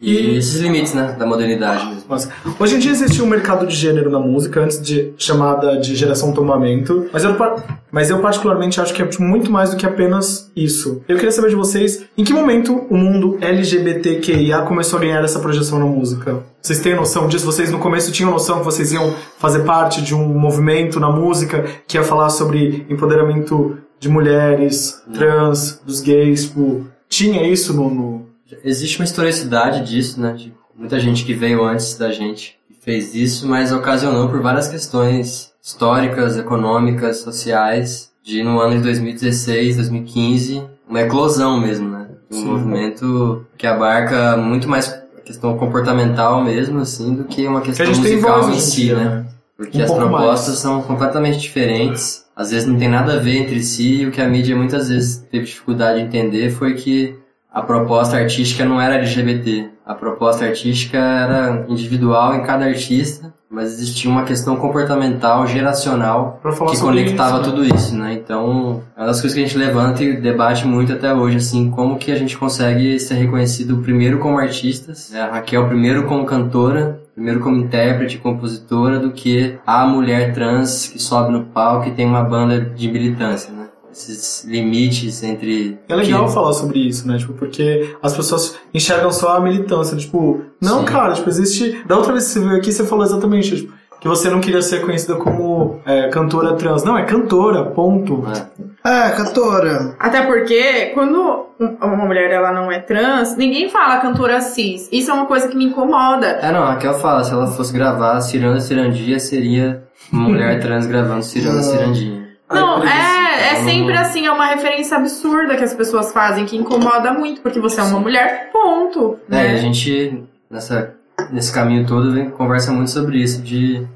Speaker 6: E esses limites, né? Da modernidade mesmo.
Speaker 2: Mas hoje em dia existe um mercado de gênero na música, antes de chamada de geração tomamento, mas eu, par- mas eu particularmente acho que é muito mais do que apenas isso. Eu queria saber de vocês, em que momento o mundo LGBTQIA começou a ganhar essa projeção na música? Vocês têm noção disso? Vocês no começo tinham noção que vocês iam fazer parte de um movimento na música que ia falar sobre empoderamento de mulheres, trans, dos gays, tipo, tinha isso no... no...
Speaker 6: Existe uma historicidade disso, né? De muita gente que veio antes da gente e fez isso, mas ocasionou por várias questões históricas, econômicas, sociais, de no ano de 2016, 2015, uma eclosão mesmo, né? Um
Speaker 2: Sim.
Speaker 6: movimento que abarca muito mais a questão comportamental mesmo, assim, do que uma
Speaker 2: Que a
Speaker 6: questão
Speaker 2: gente tem
Speaker 6: musical
Speaker 2: voz
Speaker 6: em
Speaker 2: hoje em
Speaker 6: si,
Speaker 2: dia,
Speaker 6: né?
Speaker 2: né?
Speaker 6: Porque
Speaker 2: Um
Speaker 6: as
Speaker 2: pouco
Speaker 6: propostas
Speaker 2: mais.
Speaker 6: são completamente diferentes, às vezes não tem nada a ver entre si, e o que a mídia muitas vezes teve dificuldade de entender foi que a proposta artística não era LGBT, a proposta artística era individual em cada artista, mas existia uma questão comportamental, geracional,
Speaker 2: Pra falar
Speaker 6: que
Speaker 2: sobre
Speaker 6: conectava
Speaker 2: isso, né?
Speaker 6: tudo isso, né? Então, é uma das coisas que a gente levanta e debate muito até hoje, assim, como que a gente consegue ser reconhecido primeiro como artistas, né? a Raquel primeiro como cantora, primeiro como intérprete, compositora, do que a mulher trans que sobe no palco e tem uma banda de militância, né? Esses limites entre...
Speaker 2: É legal
Speaker 6: que-
Speaker 2: falar sobre isso, né? Tipo, porque as pessoas enxergam só a militância. Tipo, não,
Speaker 6: Sim.
Speaker 2: cara, tipo, existe. Da outra vez que você veio aqui, você falou exatamente, tipo, que você não queria ser conhecida como é, cantora trans. Não, é cantora, ponto.
Speaker 5: É, cantora.
Speaker 4: Até porque, quando um- uma mulher ela não é trans, ninguém fala cantora cis. Isso é uma coisa que me incomoda.
Speaker 6: É, não, a Raquel fala, se ela fosse gravar Ciranda Cirandia, seria uma mulher trans gravando Ciranda Cirandinha.
Speaker 4: Não, é, é
Speaker 6: Não,
Speaker 4: sempre
Speaker 6: não.
Speaker 4: assim, é uma referência absurda que as pessoas fazem, que incomoda muito, porque você é uma mulher, ponto.
Speaker 6: É, e a
Speaker 4: Né?
Speaker 6: gente, nessa, nesse caminho todo, vem- conversa muito sobre isso, de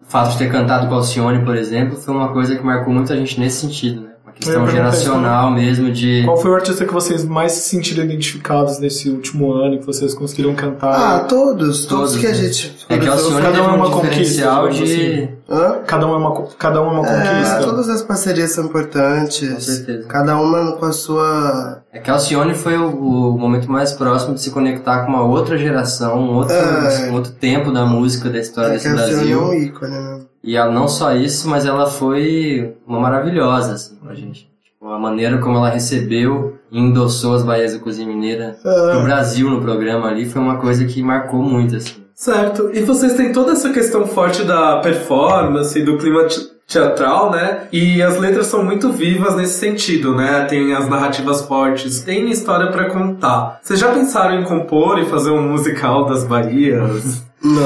Speaker 6: o fato de ter cantado com Alcione, por exemplo, foi uma coisa que marcou muito a gente nesse sentido, né? Uma questão
Speaker 2: perguntar isso,
Speaker 6: geracional mesmo, de...
Speaker 2: Qual foi o artista que vocês mais se sentiram identificados nesse último ano que vocês conseguiram
Speaker 5: Ah,
Speaker 2: cantar?
Speaker 5: todos, todos
Speaker 6: Todos,
Speaker 5: que a
Speaker 6: né?
Speaker 5: gente.
Speaker 6: É que Alcione
Speaker 2: Cada
Speaker 6: teve
Speaker 2: um é
Speaker 6: um
Speaker 2: uma conquista,
Speaker 6: diferencial
Speaker 2: digamos
Speaker 6: de...
Speaker 5: Hã?
Speaker 2: Cada um é uma, co- cada um é uma
Speaker 5: É,
Speaker 2: conquista.
Speaker 5: todas as parcerias são
Speaker 6: Com
Speaker 5: importantes.
Speaker 6: certeza.
Speaker 5: Cada uma com a sua.
Speaker 6: É que Alcione foi o, o momento mais próximo de se conectar com uma outra geração, um outro,
Speaker 5: É.
Speaker 6: um outro tempo da música, da história
Speaker 5: É
Speaker 6: desse
Speaker 5: que a Fiona é
Speaker 6: Ah, Brasil.
Speaker 5: um ícone, né?
Speaker 6: E ela, não só isso, mas ela foi uma maravilhosa, assim, pra gente. Tipo, a maneira como ela recebeu e endossou as Bahias da Cozinha Mineira
Speaker 5: Ah,
Speaker 6: no Brasil, no programa ali, foi uma coisa que marcou muito, assim.
Speaker 3: Certo. E vocês têm toda essa questão forte da performance, do clima te- teatral, né? E as letras são muito vivas nesse sentido, né? Tem as narrativas fortes, tem história pra contar. Vocês já pensaram em compor e fazer um musical das Bahias?
Speaker 5: Não.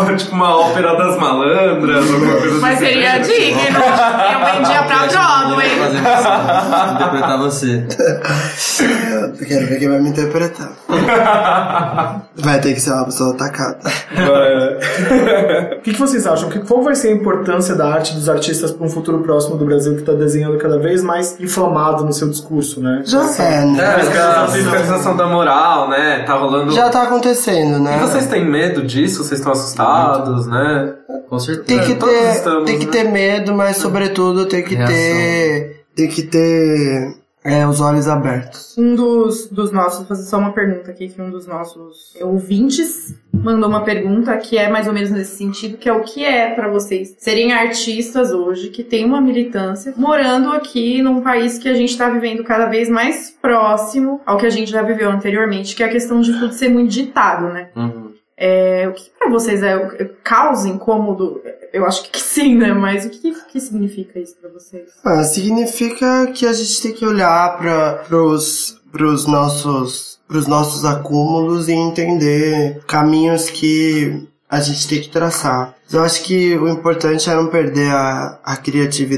Speaker 3: uma, tipo uma ópera das malandras, alguma coisa assim, né?
Speaker 4: Mas
Speaker 6: é
Speaker 3: desse
Speaker 4: seria
Speaker 3: gênero?
Speaker 4: digno. né? Eu vendia pra
Speaker 6: Eu ia
Speaker 4: Broadway.
Speaker 6: fazer isso, né? Interpretar você.
Speaker 5: Eu quero ver quem vai me interpretar. Vai ter que ser uma pessoa atacada. É,
Speaker 2: O que, que vocês acham? Que- Qual vai ser a importância da arte dos artistas para um futuro próximo do Brasil que está desenhando cada vez mais inflamado no seu discurso, né?
Speaker 5: Já é, né?
Speaker 3: É, a fiscalização da moral, né? Tá rolando.
Speaker 5: Já tá acontecendo, né?
Speaker 3: E vocês têm medo disso? Vocês estão assustados, né?
Speaker 6: Com certeza.
Speaker 5: Tem que
Speaker 3: É, todos
Speaker 5: ter,
Speaker 3: estamos,
Speaker 5: tem que
Speaker 3: né?
Speaker 5: ter medo, mas sobretudo tem que
Speaker 6: Reação.
Speaker 5: ter, tem que ter é, os olhos abertos.
Speaker 4: Um dos, dos nossos, vou fazer só uma pergunta aqui, que um dos nossos ouvintes mandou uma pergunta que é mais ou menos nesse sentido, que é o que é pra vocês serem artistas hoje que tem uma militância, morando aqui num país que a gente tá vivendo cada vez mais próximo ao que a gente já viveu anteriormente, que é a questão de tudo ser muito ditado, né?
Speaker 6: Uhum.
Speaker 4: É, o que pra vocês é, é causa incômodo? Eu acho que sim, né? Mas o que, que significa isso pra vocês?
Speaker 5: Ah, significa que a gente tem que olhar para pros, pros nossos pros nossos acúmulos e entender caminhos que a gente tem que traçar. Eu acho que o importante é não perder a, a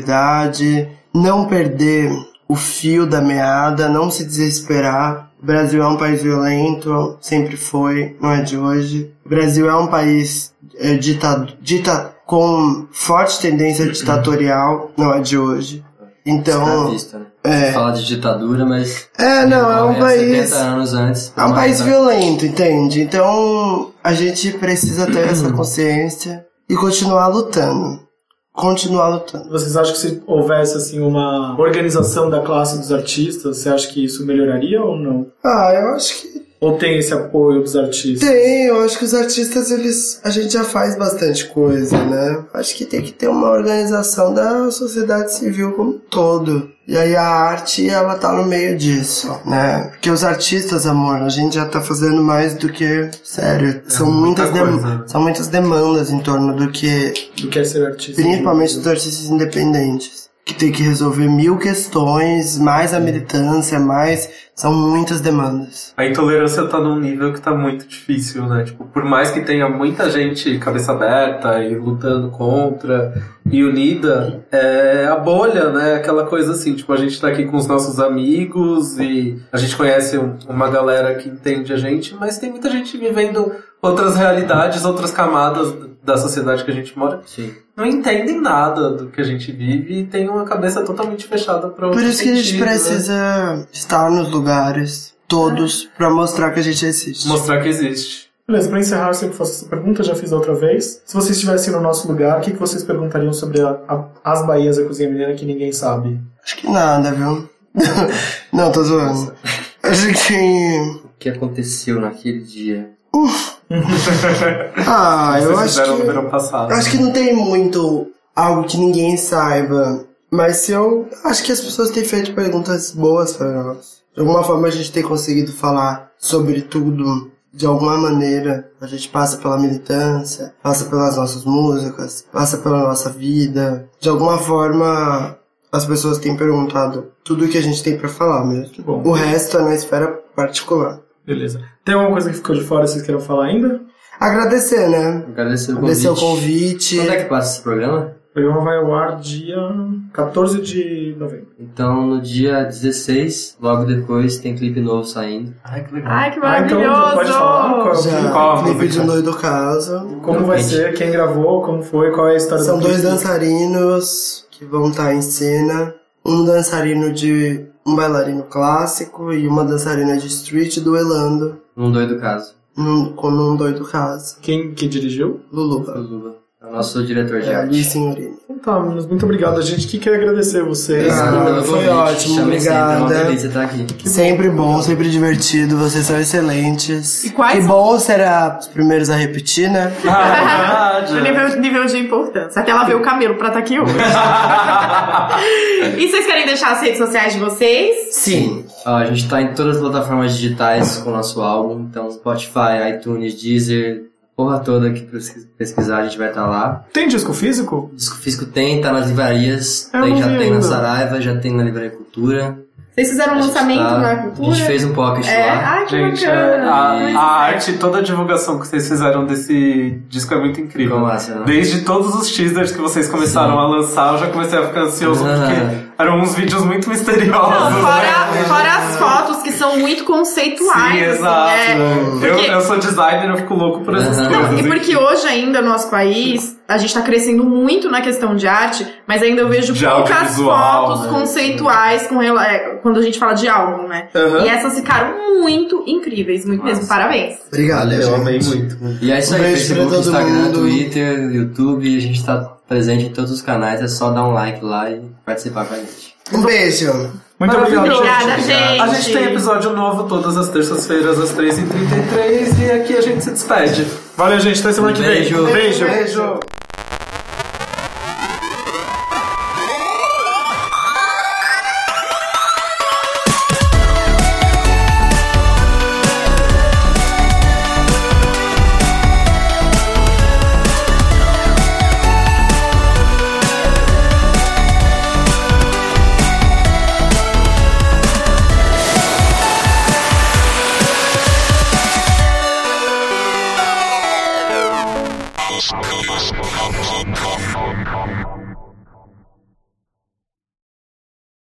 Speaker 5: criatividade, não perder o fio da meada, não se desesperar. O Brasil é um país violento, sempre foi, não é de hoje. O Brasil é um país é, dita, dita, com forte tendência ditatorial, não é de hoje. Então,
Speaker 6: Escravista, né?
Speaker 5: é,
Speaker 6: Fala de ditadura, mas...
Speaker 5: é, não, é um país
Speaker 6: 70 anos antes. né?
Speaker 5: é um país
Speaker 3: né?
Speaker 6: Mas-
Speaker 5: violento, entende? Então a gente precisa ter essa
Speaker 3: Uhum.
Speaker 5: consciência e continuar lutando. Continuar lutando.
Speaker 2: Vocês acham que se houvesse assim uma organização da classe dos artistas, você acha que isso melhoraria ou não?
Speaker 5: Ah, eu acho que
Speaker 2: Ou tem esse apoio dos artistas?
Speaker 5: tem. Eu acho que os artistas, eles. A gente já faz bastante coisa, né? Acho que tem que ter uma organização da sociedade civil como um todo. E aí a arte, ela tá no meio disso, né? Porque os artistas, amor, a gente já tá fazendo mais do que. Sério. São,
Speaker 3: É muita
Speaker 5: muitas, dem-
Speaker 3: coisa, né?
Speaker 5: são muitas demandas em torno do que
Speaker 2: Do que é ser artista?
Speaker 5: principalmente dos artistas independentes, que tem que resolver mil questões, mais a militância, mais. São muitas demandas.
Speaker 3: A intolerância tá num nível que tá muito difícil, né? Tipo, por mais que tenha muita gente cabeça aberta e lutando contra e unida, é a bolha, né? Aquela coisa assim, tipo, a gente tá aqui com os nossos amigos e a gente conhece um- uma galera que entende a gente, mas tem muita gente vivendo outras realidades, outras camadas da sociedade que a gente mora,
Speaker 6: Sim.
Speaker 3: não entendem nada do que a gente vive e tem uma cabeça totalmente fechada para
Speaker 5: Por isso que a
Speaker 3: né?
Speaker 5: gente precisa estar nos lugares todos pra mostrar que a gente existe.
Speaker 3: mostrar que existe.
Speaker 2: Beleza, pra encerrar, eu sempre faço essa pergunta, já fiz outra vez. Se vocês estivessem no nosso lugar, o que, que vocês perguntariam sobre a- a- as Bahias da cozinha mineira que ninguém sabe?
Speaker 5: Acho que nada, viu? Não, tô zoando. Acho que.
Speaker 6: O que aconteceu naquele dia?
Speaker 5: Ah, eu
Speaker 3: Vocês
Speaker 5: acho
Speaker 3: fizeram um no
Speaker 5: que.
Speaker 3: verão passado.
Speaker 5: Acho que não tem muito algo que ninguém saiba. Mas se eu. Acho que as pessoas têm feito perguntas boas pra nós. De alguma forma a gente tem conseguido falar sobre tudo. De alguma maneira, a gente passa pela militância, passa pelas nossas músicas, passa pela nossa vida. De alguma forma, as pessoas têm perguntado tudo o que a gente tem pra falar mesmo.
Speaker 2: Bom.
Speaker 5: O resto é na esfera particular.
Speaker 2: Beleza. Tem alguma coisa que ficou de fora que vocês queiram falar ainda?
Speaker 5: Agradecer, né?
Speaker 6: Agradecer o convite.
Speaker 5: Agradecer o convite.
Speaker 6: Quando é que passa esse programa?
Speaker 2: O programa vai ao ar dia 14 de novembro.
Speaker 6: Então, no dia 16, logo depois, tem clipe novo saindo.
Speaker 3: Ai, que legal.
Speaker 4: Ai, que
Speaker 2: Ah, então
Speaker 4: maravilhoso!
Speaker 2: já pode falar qual,
Speaker 5: Já,
Speaker 3: Qual a
Speaker 5: clipe de
Speaker 3: música?
Speaker 5: Noido Caso.
Speaker 6: Então,
Speaker 2: como vai ser, quem gravou, como foi, qual é a história
Speaker 5: São
Speaker 2: do
Speaker 5: dois
Speaker 2: clipe.
Speaker 5: dançarinos que vão estar em cena. Um dançarino de... Um bailarino clássico e uma dançarina de street duelando
Speaker 6: Num doido caso,
Speaker 5: num, com um doido caso.
Speaker 2: Quem que dirigiu?
Speaker 6: do
Speaker 5: Luluba.
Speaker 6: Luba. É o nosso diretor de
Speaker 5: É, Luiz
Speaker 6: arte.
Speaker 5: Senhorino.
Speaker 2: Então tá, meninos, muito obrigado. A gente que quer agradecer vocês.
Speaker 6: Obrigado pelo
Speaker 5: foi
Speaker 6: convite.
Speaker 5: ótimo,
Speaker 6: Chamei sempre, é uma
Speaker 5: obrigada.
Speaker 6: delícia estar aqui.
Speaker 5: Sempre bom, sempre divertido. Vocês são excelentes.
Speaker 4: E quais
Speaker 5: Que
Speaker 4: são-
Speaker 5: bom será os primeiros a repetir, né?
Speaker 3: Ah,
Speaker 4: O nível, nível de importância. Até ela veio o camelo pra estar aqui hoje. e vocês querem deixar as redes sociais de vocês?
Speaker 5: Sim.
Speaker 6: Ó, a gente tá em todas as plataformas digitais com o nosso álbum, então Spotify, iTunes, Deezer, porra toda que pesquis- pesquisar a gente vai estar lá.
Speaker 2: Tem disco físico?
Speaker 6: Disco físico tem, tá nas livrarias,
Speaker 2: Eu
Speaker 6: tem,
Speaker 2: não
Speaker 6: já
Speaker 2: vi
Speaker 6: tem na
Speaker 2: ainda.
Speaker 6: Saraiva, já tem na Livraria Cultura.
Speaker 4: Vocês fizeram
Speaker 6: A
Speaker 4: um
Speaker 6: gente
Speaker 4: lançamento
Speaker 6: tá-
Speaker 4: na cultura?
Speaker 6: A gente fez um pocket
Speaker 4: É,
Speaker 6: lá.
Speaker 4: ai, que
Speaker 3: Gente, é,
Speaker 4: bacana.
Speaker 3: a, a arte, toda a divulgação que vocês fizeram desse disco é muito
Speaker 6: Ficou
Speaker 3: incrível.
Speaker 6: massa, né?
Speaker 3: Desde todos os teasers que vocês começaram a lançar, eu já comecei a ficar ansioso, porque
Speaker 6: Ah.
Speaker 3: eram uns vídeos muito misteriosos.
Speaker 4: Fora, fora as fotos que são muito conceituais.
Speaker 3: Sim,
Speaker 4: assim,
Speaker 3: exato.
Speaker 4: né?
Speaker 5: Hum.
Speaker 3: eu,
Speaker 4: Porque-
Speaker 3: eu sou designer, eu fico louco por essas
Speaker 6: Não,
Speaker 3: coisas. assim.
Speaker 4: Não, e porque hoje ainda no nosso país, a gente tá crescendo muito na questão de arte, mas ainda eu vejo
Speaker 3: De
Speaker 4: poucas
Speaker 3: audiovisual,
Speaker 4: fotos
Speaker 3: né?
Speaker 4: conceituais com rela- é, quando a gente fala de álbum, né?
Speaker 3: Aham.
Speaker 4: E essas ficaram muito incríveis, muito mesmo. Parabéns.
Speaker 5: Obrigado,
Speaker 3: Eu amei
Speaker 5: gente.
Speaker 3: muito.
Speaker 6: E é isso
Speaker 5: Um
Speaker 6: aí,
Speaker 5: beijo pra
Speaker 6: Facebook,
Speaker 5: todo
Speaker 6: Instagram,
Speaker 5: mundo.
Speaker 6: Twitter, YouTube, a gente tá presente em todos os canais, é só dar um like lá e participar com a gente.
Speaker 5: Um beijo.
Speaker 2: Muito obrigado,
Speaker 3: Maravilhoso.
Speaker 2: gente.
Speaker 4: Obrigada, gente.
Speaker 3: A gente tem episódio novo todas as terças-feiras, às 3h33, e aqui a gente se despede.
Speaker 2: Valeu, gente. Até semana que vem.
Speaker 6: Beijo.
Speaker 2: Beijo.
Speaker 5: Beijo.